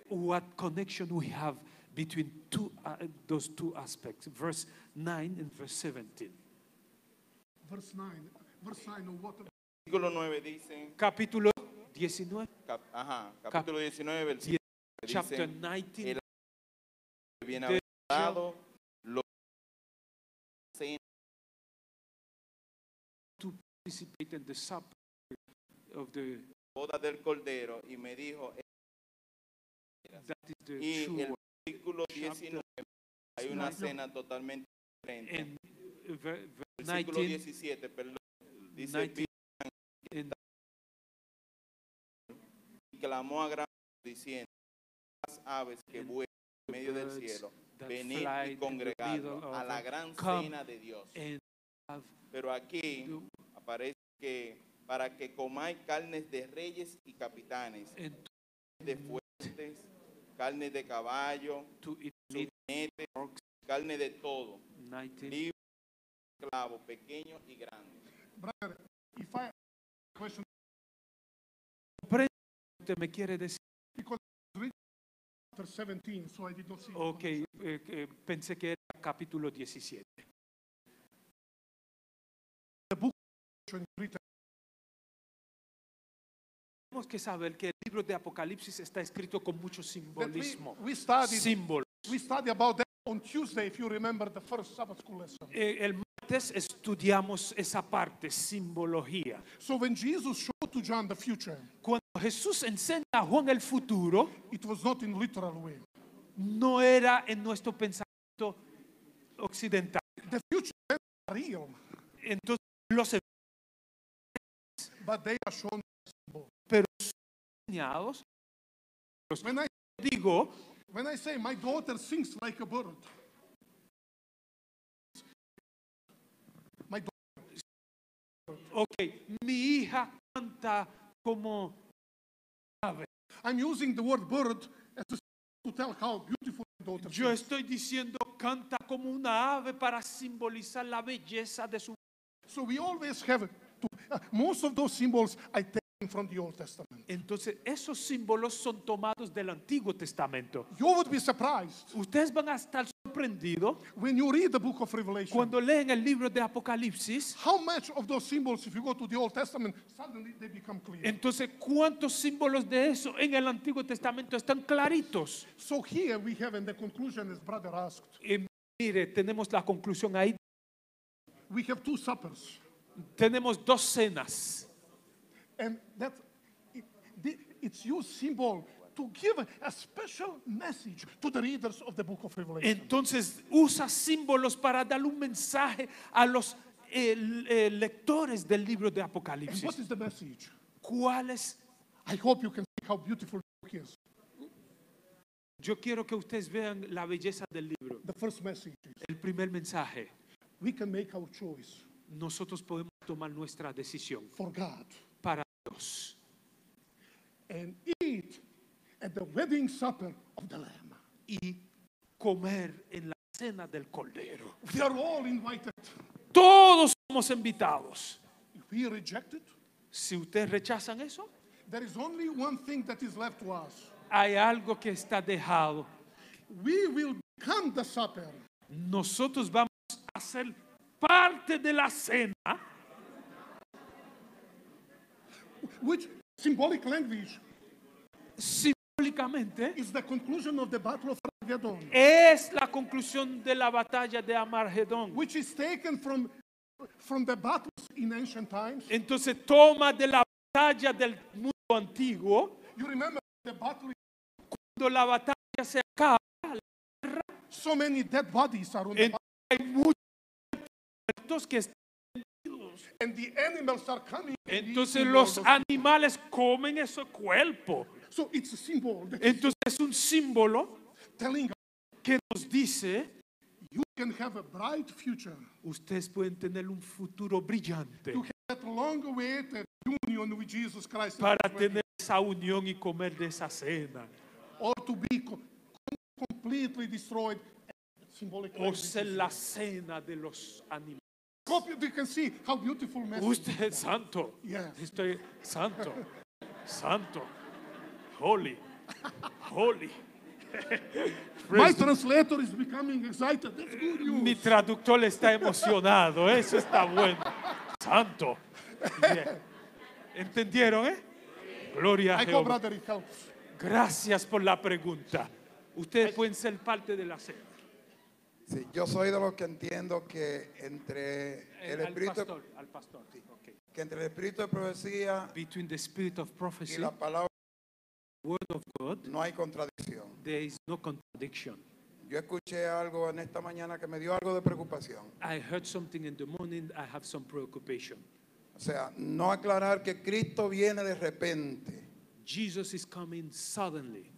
What connection we have between two, uh, those two aspects, verse 9 and verse 17.
Verse 9. Verse 9 of what?
Versículo 9 dice,
Capítulo 19,
cap- ajá, capítulo 19, versículo
chapter
dice,
19,
bienaventurado los cena
participate in the supper of the,
boda del cordero y me dijo, "Eh,
that is the
y
true
el
word.
versículo 19 hay una
Chapter-
cena totalmente diferente.
And uh, ver- verse
Versículo
19,
17, perdón, dice,
19 and
y clamó a gran voz diciendo, las aves que
And
vuelan en medio del
birds
cielo,
that
venid y
fly in the middle
congregadnos
of
a la
it.
gran
Come
cena de Dios.
and have
Pero aquí
do-
aparece que para que comáis carnes de reyes y capitanes,
and
de fuertes, carnes de caballo,
to eat meat,
jinetes,
pork,
carne de todo,
19.
libre, esclavo, pequeño y grande.
Brother, if I question
Comprende lo que me quiere decir.
chapter 17, so I did not see. it.
Ok, eh, eh, pensé que era capítulo 17.
Question written.
Tenemos que saber que el libro de Apocalipsis está escrito con mucho
That we,
simbolismo.
we studied
Símbolo.
We study about that on Tuesday, if you remember the first Sabbath school lesson.
Eh, el martes estudiamos esa parte, simbología.
So when Jesus showed to John the future,
Cuando Jesús enseña a Juan el futuro,
it was not in literal way.
no era en nuestro pensamiento occidental.
The future events are real,
Entonces, los
but they are shown.
enseñados,
When I
digo,
when I say my daughter sings like a bird, my daughter
ok, mi hija canta como
I'm using the word bird as a, to tell how beautiful my daughter.
Yo
sings.
estoy diciendo canta como una ave para simbolizar la belleza de su...
So we always have to, uh, most of those symbols I take from the Old Testament.
Entonces, esos símbolos son tomados del Antiguo Testamento.
You would be surprised
Ustedes van a estar sorprendidos
when you read the book of Revelation.
cuando leen el libro de Apocalipsis.
How much of those symbols, if you go to the Old Testament, suddenly they become clear?
Entonces, ¿cuántos símbolos de eso en el Antiguo Testamento están claritos?
so here we have, in the conclusion, as brother asked,
Y mire, tenemos la conclusión ahí.
we have two suppers,
Tenemos dos cenas.
and that it, the, it's used symbol to give a special message to the readers of the Book of Revelation.
Entonces usa símbolos para dar un mensaje a los eh, eh, lectores del libro de
and what
Apocalipsis.
is the message?
¿Cuál es?
I hope you can see how beautiful the book is.
Yo quiero que ustedes vean la belleza del libro.
The first message is
El primer mensaje,
we can make our choice
nosotros podemos tomar nuestra decisión
for God,
para Dios
and eat at the wedding supper of the Lamb.
y comer en la cena del Cordero.
We are all invited.
Todos somos invitados.
If we reject it,
Si ustedes rechazan eso,
There is only one thing that is left to us.
hay algo que está dejado.
We will become the supper.
Nosotros vamos a ser parte de la cena
Which symbolic language
simbólicamente
is the conclusion of the Battle of Armageddon,
es la conclusión de la batalla de Amargedón,
which is taken from, from the battles in ancient times.
Entonces toma de la batalla del mundo antiguo.
You remember the battle,
Cuando la batalla se acaba,
so many dead bodies are on the
entonces hay muchos muertos que están vendidos.
bat- and the animals are coming. and
Entonces
eating
los
all those-
animales comen esos cuerpos.
So it's a symbol that is
Entonces es un símbolo
telling us
que nos dice,
you can have a bright future.
ustedes pueden tener un futuro brillante
You have that long-awaited union with Jesus Christ. in
para
this way,
tener esa unión y comer de esa cena.
Or to be co- com- completely destroyed. Symbolic.
O
language.
ser Oh, la cena de los animales.
Copy- You can see how beautiful message.
Usted es santo.
Yes.
Estoy santo. Santo. Holy. Holy.
My translator is becoming excited. That's good news.
Mi traductor está emocionado. ¿eh? Eso está bueno. Santo. Yeah. ¿Entendieron, eh? Gloria a
I go,
Jehová.
brother, it helps.
Gracias por la pregunta. Ustedes pueden ser parte de la cena.
Sí, yo soy de los que entiendo que entre el
Eh, al
espíritu,
pastor, al pastor. Okay.
que entre el espíritu de profecía
Between the spirit of
y
prophecy,
la palabra
word of God,
no hay contradicción.
there is no contradiction.
Yo escuché algo en esta mañana que me dio algo de preocupación.
I heard something in the morning, I have some preoccupation.
O sea, no aclarar que Cristo viene de repente.
Jesus is coming suddenly.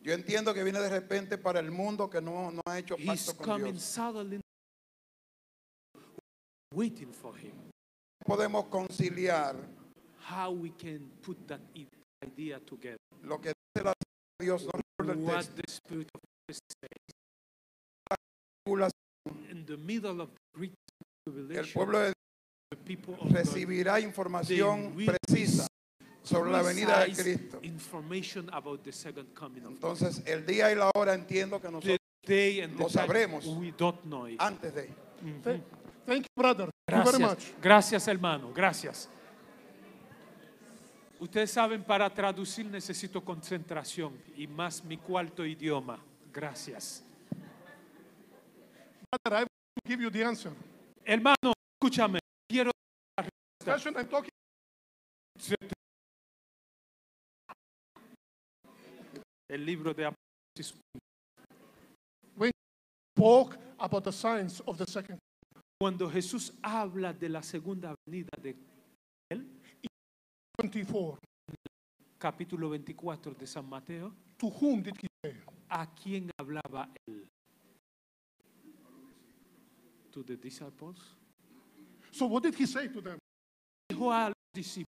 Yo entiendo que viene de repente para el mundo que no, no ha hecho
He's
pacto con
coming
Dios.
suddenly. Waiting for him.
Podemos conciliar
How we can put that i- idea together.
lo que dice la palabra de Dios, no recuerdo el
What
texto,
the spirit of prophecy says.
tribulación,
In the middle of the great
el
tribulation,
pueblo de
the people of
Dios
God
recibirá información precisa sobre la venida de
precise
Cristo.
information about the second coming of
Entonces, el día y la hora entiendo que
the
nosotros
day and
Lo
the time,
sabremos.
we don't know it. Mm.
antes de
Th- Thank you, brother. Thank you very much.
Gracias, gracias hermano, gracias. Ustedes saben, para traducir necesito concentración y más mi cuarto idioma. Gracias.
Brother, I will give you the answer.
Hermano, escúchame. Quiero
Question I'm talking.
el libro de Apocalipsis
Spoke about the signs of the second.
cuando Jesús habla de la segunda venida de él,
24.
capítulo 24 de San Mateo,
To whom did he?
¿a quién hablaba él? To the disciples.
So what did he say to them?
Dijo a los discípulos,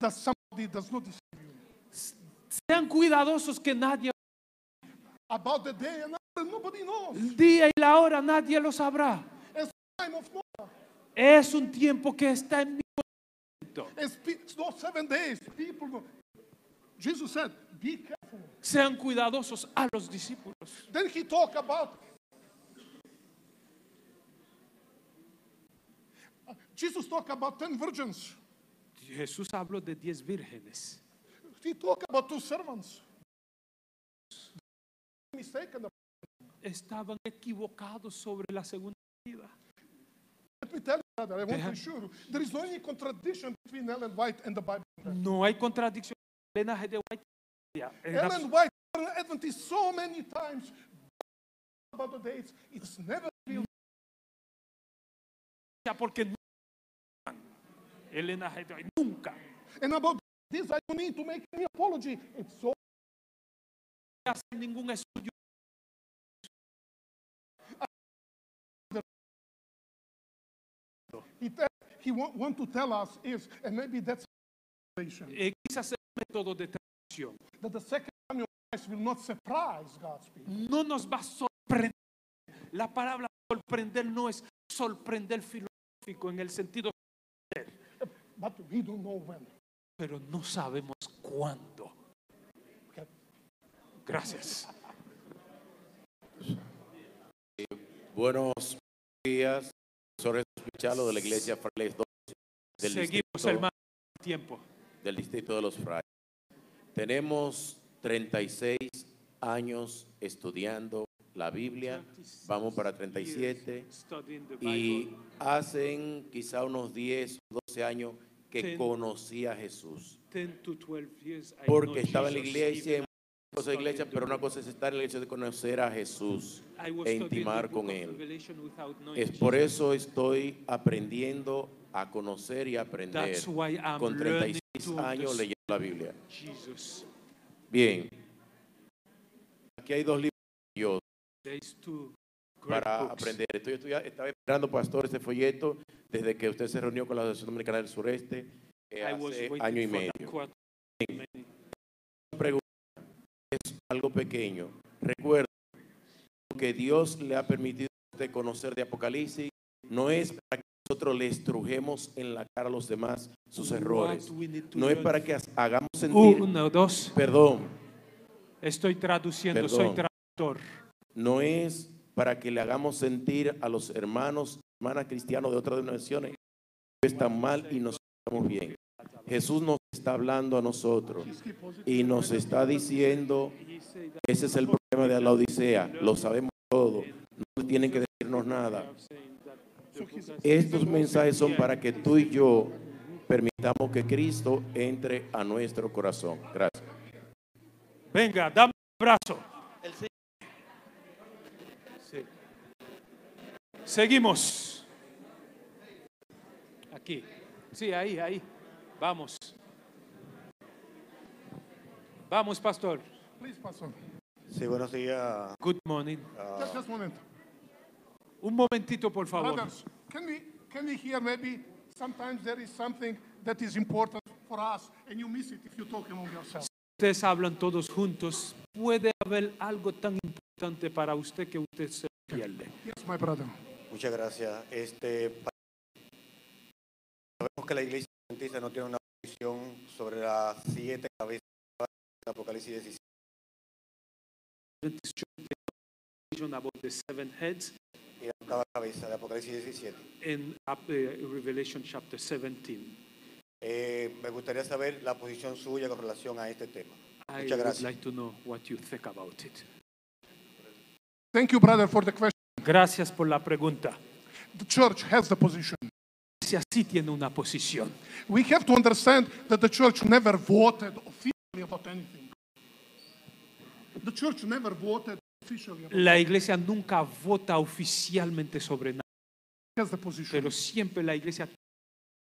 That somebody does not deceive.
sean cuidadosos que nadie
About the day and hour, nobody knows.
El día y la hora nadie lo sabrá.
It's time of Noah.
Es un tiempo que está en mi momento.
It's pe- it's not seven days. People. know. Jesus said, "Be careful."
Sean cuidadosos a los discípulos.
Then he talked about. Jesus talked about ten virgins.
Jesús habló de diez vírgenes.
He talked about two servants. Mistaken.
Estaban equivocados sobre la segunda vida.
Let me tell you, brother, I want
Yeah.
to assure you, né? there is no any contradiction between Ellen White and the Bible.
No hay contradicción. Elena de White. é en
Ellen White, Ellen Adventist, so many times about the dates, it's never real.
absoluta porque nunca. Elena de White nunca.
And about this, I don't need to make any apology. It's so.
hace ningún estudio.
He, te- he want, want to tell us is, and maybe that's revelation,
Eh, quizás es un método de traducción.
that the second coming of Christ will not surprise God's people.
no nos va a sorprender. La palabra sorprender no es sorprender filosófico en el sentido,
But we don't know when.
pero no sabemos cuándo. Gracias.
Eh, Buenos días, profesor Jesús Pichalo de la Iglesia Frailes II del,
Seguimos,
distrito,
hermano. Tiempo.
del Distrito de los Frailes. Tenemos 36 años estudiando la Biblia, vamos para 37,
studying the
y
Bible.
hacen quizá unos 10 o 12 años que
Ten-
conocí a Jesús.
10 to 12 years, I know
Porque estaba en la
Jesus
iglesia,
even
en cosas de iglesia, pero una cosa es estar en la iglesia de conocer a Jesús
I was
e
studying the
intimar
book
con
of
Él.
Revelation without knowing
Es por
Jesus.
eso estoy aprendiendo a conocer y aprender.
That's why I'm
Con
learning
36
to
años
understand
leyendo la Biblia.
Jesus.
Bien. Aquí hay dos libros de Dios
There is two great
para
books.
aprender. Estoy, estoy- estaba esperando, pastor, este folleto desde que usted se reunió con la Asociación Dominicana del Sureste eh,
I was
hace
waiting
año y
for
medio.
that quote.
Bien. Una pregunta. Es algo pequeño. Recuerda lo que Dios le ha permitido a usted conocer de Apocalipsis no es para que nosotros le estrujemos en la cara a los demás sus
What
errores.
we need to
No es
learn.
para que as- hagamos
Uh,
sentir.
Uno, dos.
Perdón.
Estoy traduciendo, soy
Perdón.
traductor.
no es para que le hagamos sentir a los hermanos, hermanas cristianos de otras denominaciones que están mal y nos estamos bien. Jesús nos está hablando a nosotros y nos está diciendo, ese es el problema de la Odisea, lo sabemos todo, no tienen que decirnos nada. Estos mensajes son para que tú y yo permitamos que Cristo entre a nuestro corazón. Gracias.
Venga, dame un abrazo. Sí. Seguimos. Aquí. Sí, ahí, ahí. Vamos. Vamos, pastor.
Please, Pastor.
Sí, buenos días. Ah.
Good morning.
Just, just a moment.
Un momentito, por favor.
Brothers, can we, can we hear maybe sometimes there is something that is important for us and you miss it if you talk among yourselves.
Ustedes hablan todos juntos. Puede haber algo tan importante para usted que usted se pierde.
Yes, my brother.
Muchas gracias. Este, pa- sabemos que la iglesia adventista no tiene una visión sobre las siete cabezas de Apocalipsis 17.
Adventist Church vision about the seven heads
Y la octava cabeza de Apocalipsis 17.
in uh, Revelation chapter 17.
Eh, me gustaría saber la posición suya con relación a este tema.
I
Muchas
would
gracias.
like to know what you think about it.
Thank you, brother, for the question.
Gracias por la pregunta.
The church has the position.
Si así tiene una posición.
We have to understand that the church never voted officially about anything. The church never voted officially about
La iglesia nunca vota oficialmente sobre nada,
Has the position.
pero siempre la iglesia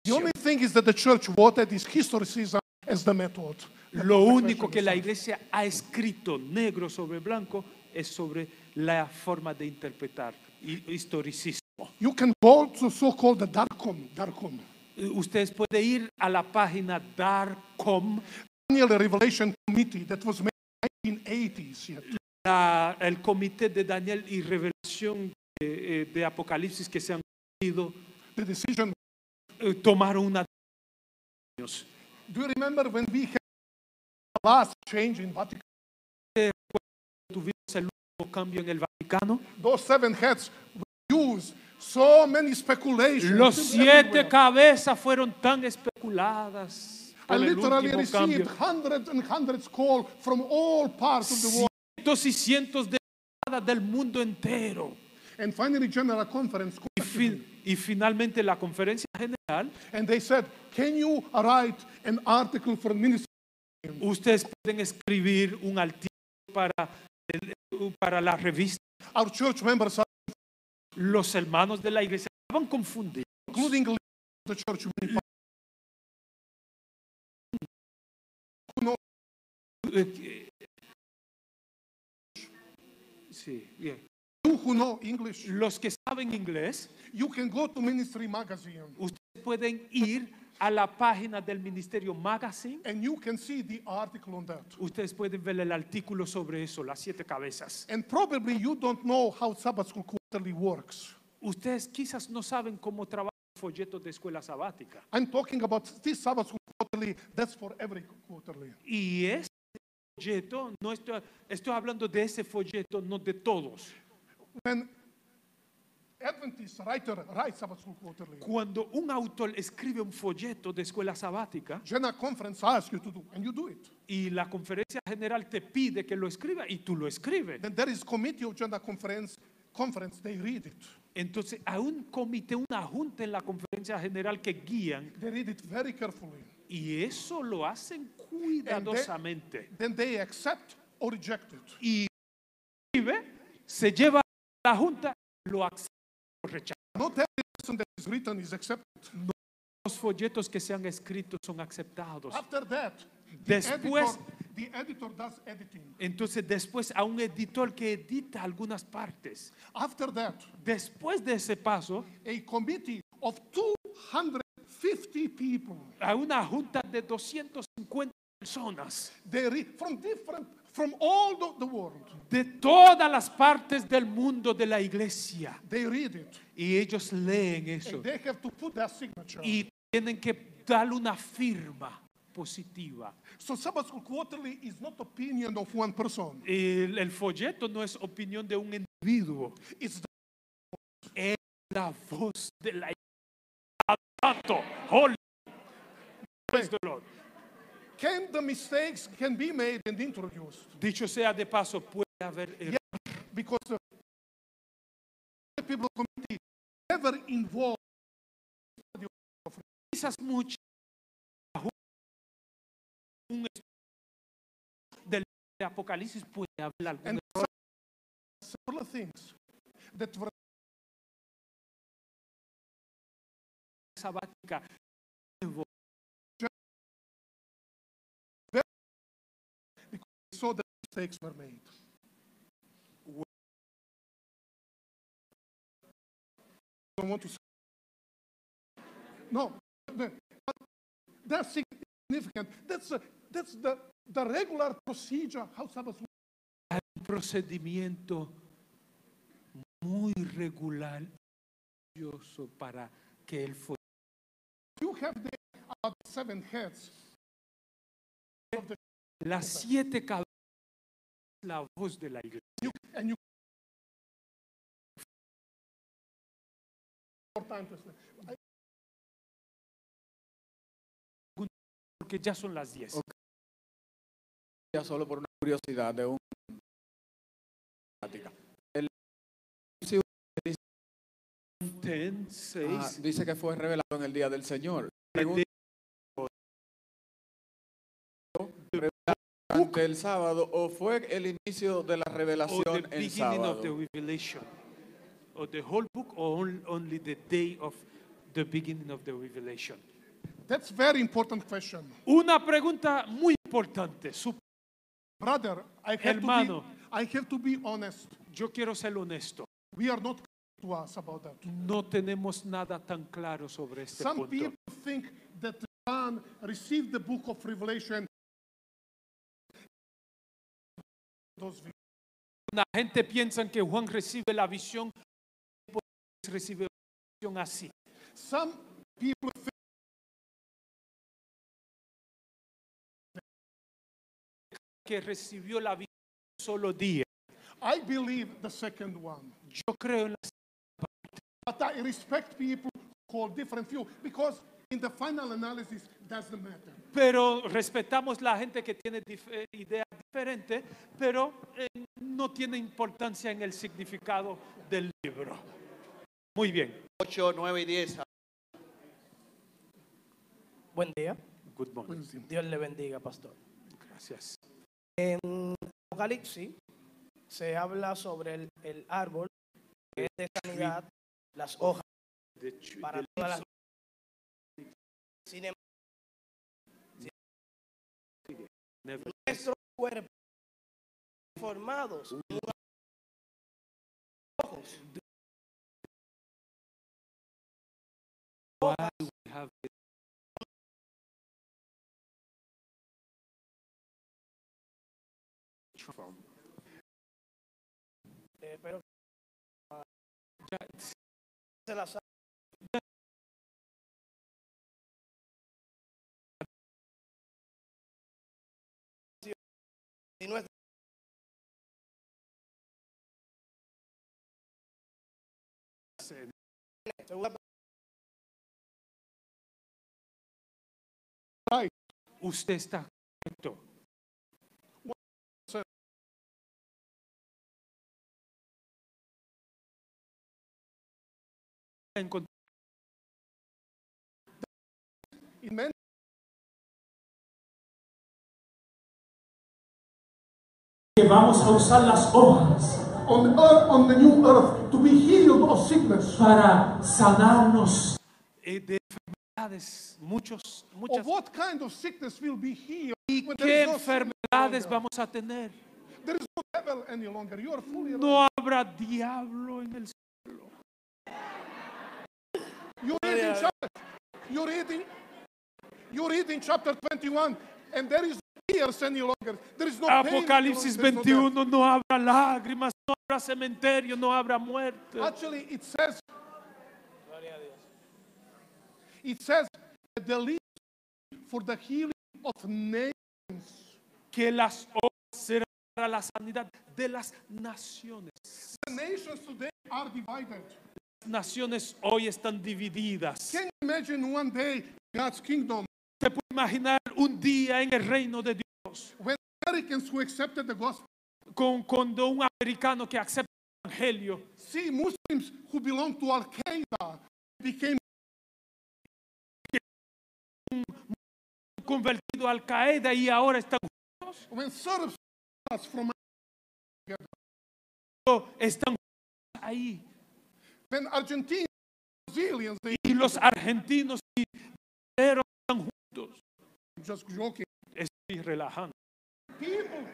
The only thing is that the church voted is historicism as the method.
Lo único que la iglesia ha escrito negro sobre blanco es sobre la forma de interpretar y historicismo.
You can go to so-called the Darkom, Darkom.
Ustedes pueden ir a la página Darkom,
Daniel Revelation Committee that was made in 1980s. Yet.
la- el comité de Daniel y revelación eh, eh, de, Apocalipsis que se han unido, eh, tomaron una decisión.
Do you remember when we had the last change in Vatican?
Eh, Tuvimos el último cambio en el Vaticano.
Those seven heads we use so many speculations.
Los siete
everywhere.
cabezas fueron tan especuladas.
I
por el
literally
último cambio.
received hundreds and hundreds calls from all parts of the world.
cientos y cientos de llamadas del mundo entero.
And finally, General Conference
Y, fin- y finalmente la conferencia general,
and they said, "Can you write an article for ministry?"
ustedes pueden escribir un artículo para, el- para la revista.
Our church members, are-
Los hermanos de la iglesia estaban confundidos.
including leaders of the church, many
Eh, sí, bien.
you who know English,
Los que saben inglés,
you can go to Ministry Magazine
ustedes pueden ir a la página del Ministerio Magazine.
and you can see the article on that.
Ustedes pueden ver el artículo sobre eso, las siete cabezas.
And probably you don't know how Sabbath School Quarterly works.
Ustedes quizás no saben cómo trabaja el folleto de escuela sabática.
I'm talking about this Sabbath School Quarterly. That's for every quarterly.
Y ese folleto, no estoy, estoy hablando de ese folleto, no de todos.
When Adventist writer writes Sabbath School Quarterly.
Cuando un autor escribe un folleto de escuela sabática,
ah,
y la conferencia general te pide que lo escriba y tú lo escribes.
Then there is committee of General Conference. Conference they read it.
Entonces hay un comité, una junta en la conferencia general que guían
They read it very carefully.
y eso lo hacen cuidadosamente.
Then they accept or reject it.
Y escribe, se lleva a la junta, lo acepta o rechaza.
Not every lesson that is written is accepted.
Los folletos que se han escrito son aceptados.
After that,
Después-
the, editor, the editor does editing.
Entonces después a un editor que edita algunas partes.
After that,
Después de ese paso,
a committee of 250 people,
a una junta de 250 personas
they read from different, from all the, the world,
de todas las partes del mundo de la iglesia.
they read it.
Y ellos leen eso.
And they have to put their signature.
Y tienen que darle una firma positiva.
so Sabbath School Quarterly is not opinion of one person.
El, el folleto no es opinión de un individuo.
It's the
Es la voz de la Tanto, holy. Praise the Lord.
Can the mistakes can be made and introduced?
Dicho sea de paso, puede haber errores.
Because uh, the people committee never involved
quizás mucho un estudio del de Apocalipsis puede haber algún
and
error.
several things that were
sabática
so the mistakes were made. Don't want to say. No, the- but that's significant. That's uh, that's the the regular procedure how Sabbath
hay un procedimiento muy regular curioso para que el folleto
You have the
uh,
about seven heads. Of the,
las siete cabezas la voz de la iglesia
you, and you more time to explain. I-
porque ya son las diez
Ya solo por una curiosidad de un El- sí, dice-
Ten, seis.
Ah, dice que fue revelado en el día del Señor. Pregunta- revelado ante el sábado o fue el inicio de la
or the
revelación en
beginning of the
sábado?
revelation or the whole book or on- only the day of the beginning of the revelation
That's very important question.
Una pregunta muy importante. Su-
Brother, I have, to
Hermano.
be, I have to be honest.
Yo quiero ser honesto.
We are not to us about that.
No tenemos nada tan claro sobre este
Some
punto.
people think that John received the book of Revelation. Those vi-
La gente piensa que Juan recibe la visión, pues, recibe la visión así.
Some people think
Que recibió la visión un solo día.
I believe the second one.
Yo creo en la
But I respect people who hold different view because in the final analysis doesn't matter.
pero respetamos la gente que tiene dif- eh, ideas diferentes, pero eh, no tiene importancia en el significado del libro. Muy bien.
8, 9 y 10. Buen día.
Good morning.
Dios le bendiga, pastor.
Gracias.
En Apocalipsis se habla sobre el, el árbol que es de sanidad, las hojas
The tr-
para
the
todas las.
leaves
Sin embargo,
never
nuestros cuerpos formados en un ojos.
Why do we have this? From-
Eh, pero
Ya, it's-
se las y nuestra-
se
Segunda
Usted está correcto. Encont-
Amen.
Que vamos a usar las hojas
on earth, on the new earth, to be healed of sickness.
para sanarnos.
eh, de enfermedades, muchos,
Or
muchas.
what kind of sickness will be healed
¿Y
when
qué
there is Oh, no,
enfermedades vamos a tener?
there is no devil any longer? You are fully
No habrá diablo en el cielo.
You're reading
Yeah.
chapter. You're reading. You're reading chapter 21, and there is no tears any longer. There is no pain any
Apocalipsis
longer, there is no
21 no habrá lágrimas, no habrá cementerio, no habrá muerte.
death. Actually, it says. It says that the leaves for the healing of nations.
Que las obras serán para la sanidad de las naciones.
The nations today are divided.
Las naciones hoy están divididas.
Can you imagine one day God's kingdom
Se puede imaginar un día en el reino de Dios
when Americans who accepted the gospel
con cuando un americano que acepta el evangelio
see Muslims who belong to Al Qaeda became
convertido a Al Qaeda y ahora están
when Serbs from
están ahí
when Argentinians, Brazilians, they
y los argentinos y brasileños están juntos.
just joking.
Estoy relajando.
People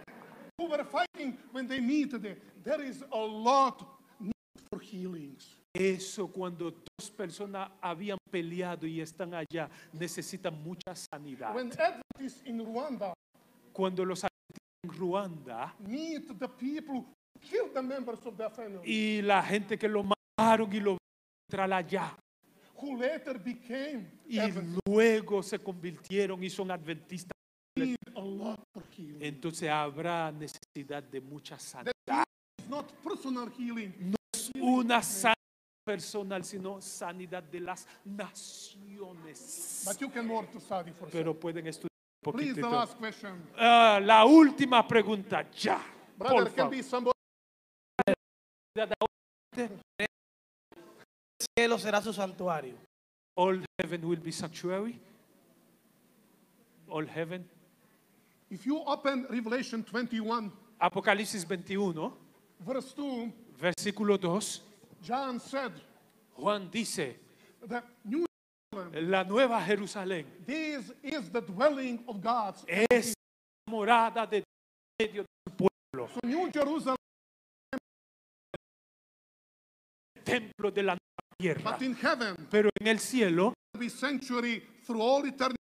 who were fighting when they meet today, there is a lot need for healings.
Eso cuando dos personas habían peleado y están allá necesitan mucha sanidad.
When Adventists in Rwanda
Cuando los argentinos en Ruanda
meet the people who killed the members of their family,
y la gente que lo mataron y lo traen allá
who later became
y luego se convirtieron y son adventistas.
need a lot for healing.
Entonces habrá necesidad de mucha sanidad.
It's not personal healing.
No es una sanidad personal, sino sanidad de las naciones.
But you can work to study for
Pero pueden estudiar un
Please, the
poquitito.
last question.
Ah, la última pregunta, ya.
Brother,
por
can
favor.
be somebody.
cielo será su santuario.
All heaven will be sanctuary. All heaven.
If you open Revelation 21,
Apocalipsis 21,
verse 2,
versículo 2.
John said,
Juan dice,
the New Jerusalem,
la nueva Jerusalén
this is the dwelling of God.
es la morada de Dios en medio del pueblo,
So New Jerusalem,
el templo de la nueva tierra.
but in heaven,
Pero en el cielo
will be sanctuary through all eternity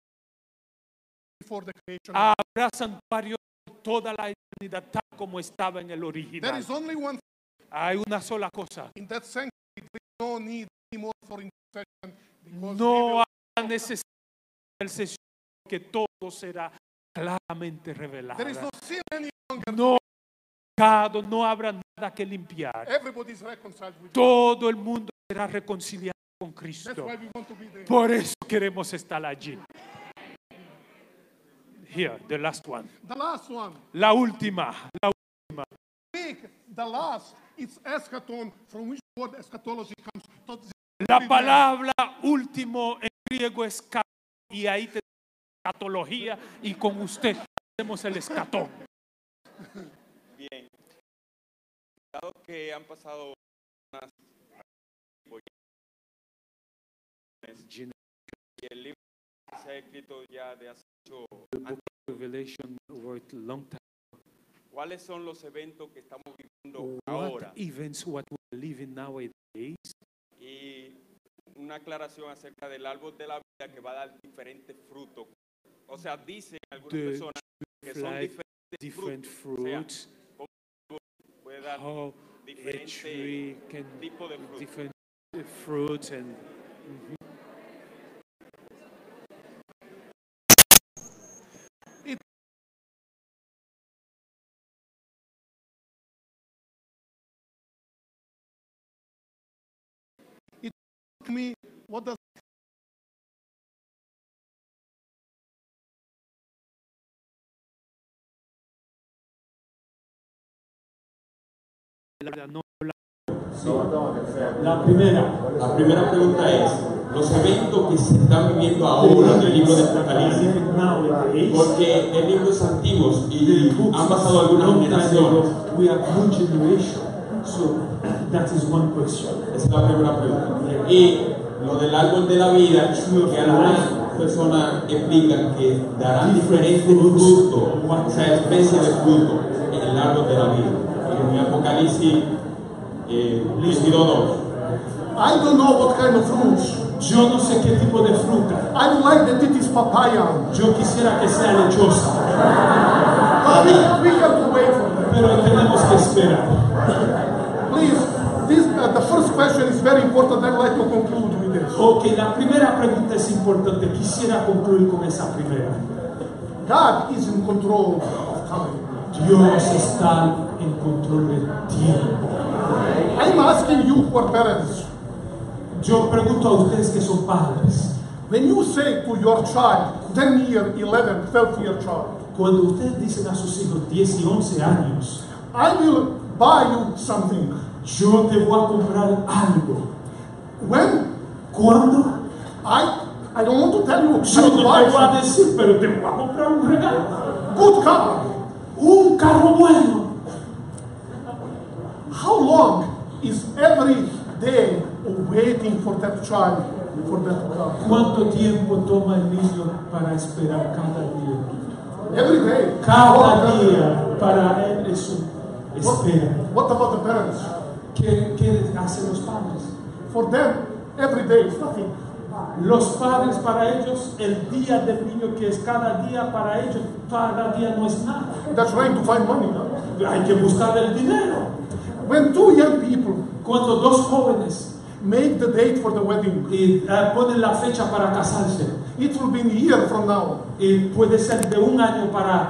before the creation. of
habrá santuario por toda la eternidad tal como estaba en el
There
original.
is only one thing
Hay una sola cosa.
in that sanctuary. There is no need anymore for intercession because we will-
No habrá necesidad de intercesión, que todo será claramente revelado.
there is no sin any longer.
No habrá pecado, no habrá nada que limpiar.
Everybody is reconciled with God.
Todo el mundo será reconciliado con
That's
Cristo.
why we want to be there.
Por eso queremos estar allí. Here, the last one.
The last one,
La última. La última.
big, the last, it's eschaton, from which word eschatology comes. So this is
La
really
palabra último en griego es ca- y ahí tenemos escatología y con usted tenemos el escatón.
Bien. Dado que han pasado unas generaciones y el libro se ha escrito ya de hace mucho,
Revelation wrote long time.
¿cuáles son los eventos que estamos viviendo ahora?
What events what we live in nowadays
Y una aclaración acerca del árbol de la vida que va a dar diferentes frutos. O sea, dicen algunas
The
personas que son
like
diferentes
different
frutos. O sea,
fruits
puede dar
how a
diferentes
tree can
tipos de frutos.
different fruits and
me what does
La primera, la primera pregunta es, los eventos que se están viviendo ahora del libro de Apocalipsis, porque el libro es antiguo y han pasado algunas generaciones.
We are one generation, so that is one question.
Esa es la primera pregunta. Y lo del árbol de la vida, que algunas personas explican que darán diferentes frutos, o sea, especies de fruto en el árbol de la vida. En el Apocalipsis eh, 22.
I don't know what kind of fruits.
Yo no sé qué tipo de fruta.
I would like that it is papaya.
Yo quisiera que sea lechosa.
But we, we have to wait for that.
Pero tenemos que esperar.
Please, this, uh, the first question is very important. I'd like to conclude with this.
Ok, la primera pregunta es importante. Quisiera concluir con esa primera.
God is in control of time.
Dios está en control del tiempo.
I'm asking you who are parents.
Yo pregunto a ustedes que son padres.
When you say to your child, 10 year, 11, 12 year child,
Cuando ustedes dicen a sus hijos 10 y 11 años,
I will buy you something.
yo te voy a comprar algo.
When
¿Cuándo?
I I don't want to tell you
Yo
how
no
to
te
buy
voy a
something.
decir, pero te voy a comprar un regalo.
Good car.
Un carro bueno.
How long is every day of waiting for that child for that car?
¿Cuánto tiempo toma el niño para esperar cada día?
Every day.
Cada
What-
día para él es un espera.
What about the parents?
¿Qué, qué hacen los padres?
For them, every day is nothing.
Los padres para ellos, el día del niño que es cada día para ellos, cada día no es nada.
They're trying to find money. no?
Hay que buscar el dinero.
When two young people
Cuando dos jóvenes
make the date for the wedding,
eh, ah, ponen la fecha para casarse,
it will be a year from now.
eh, puede ser de un año para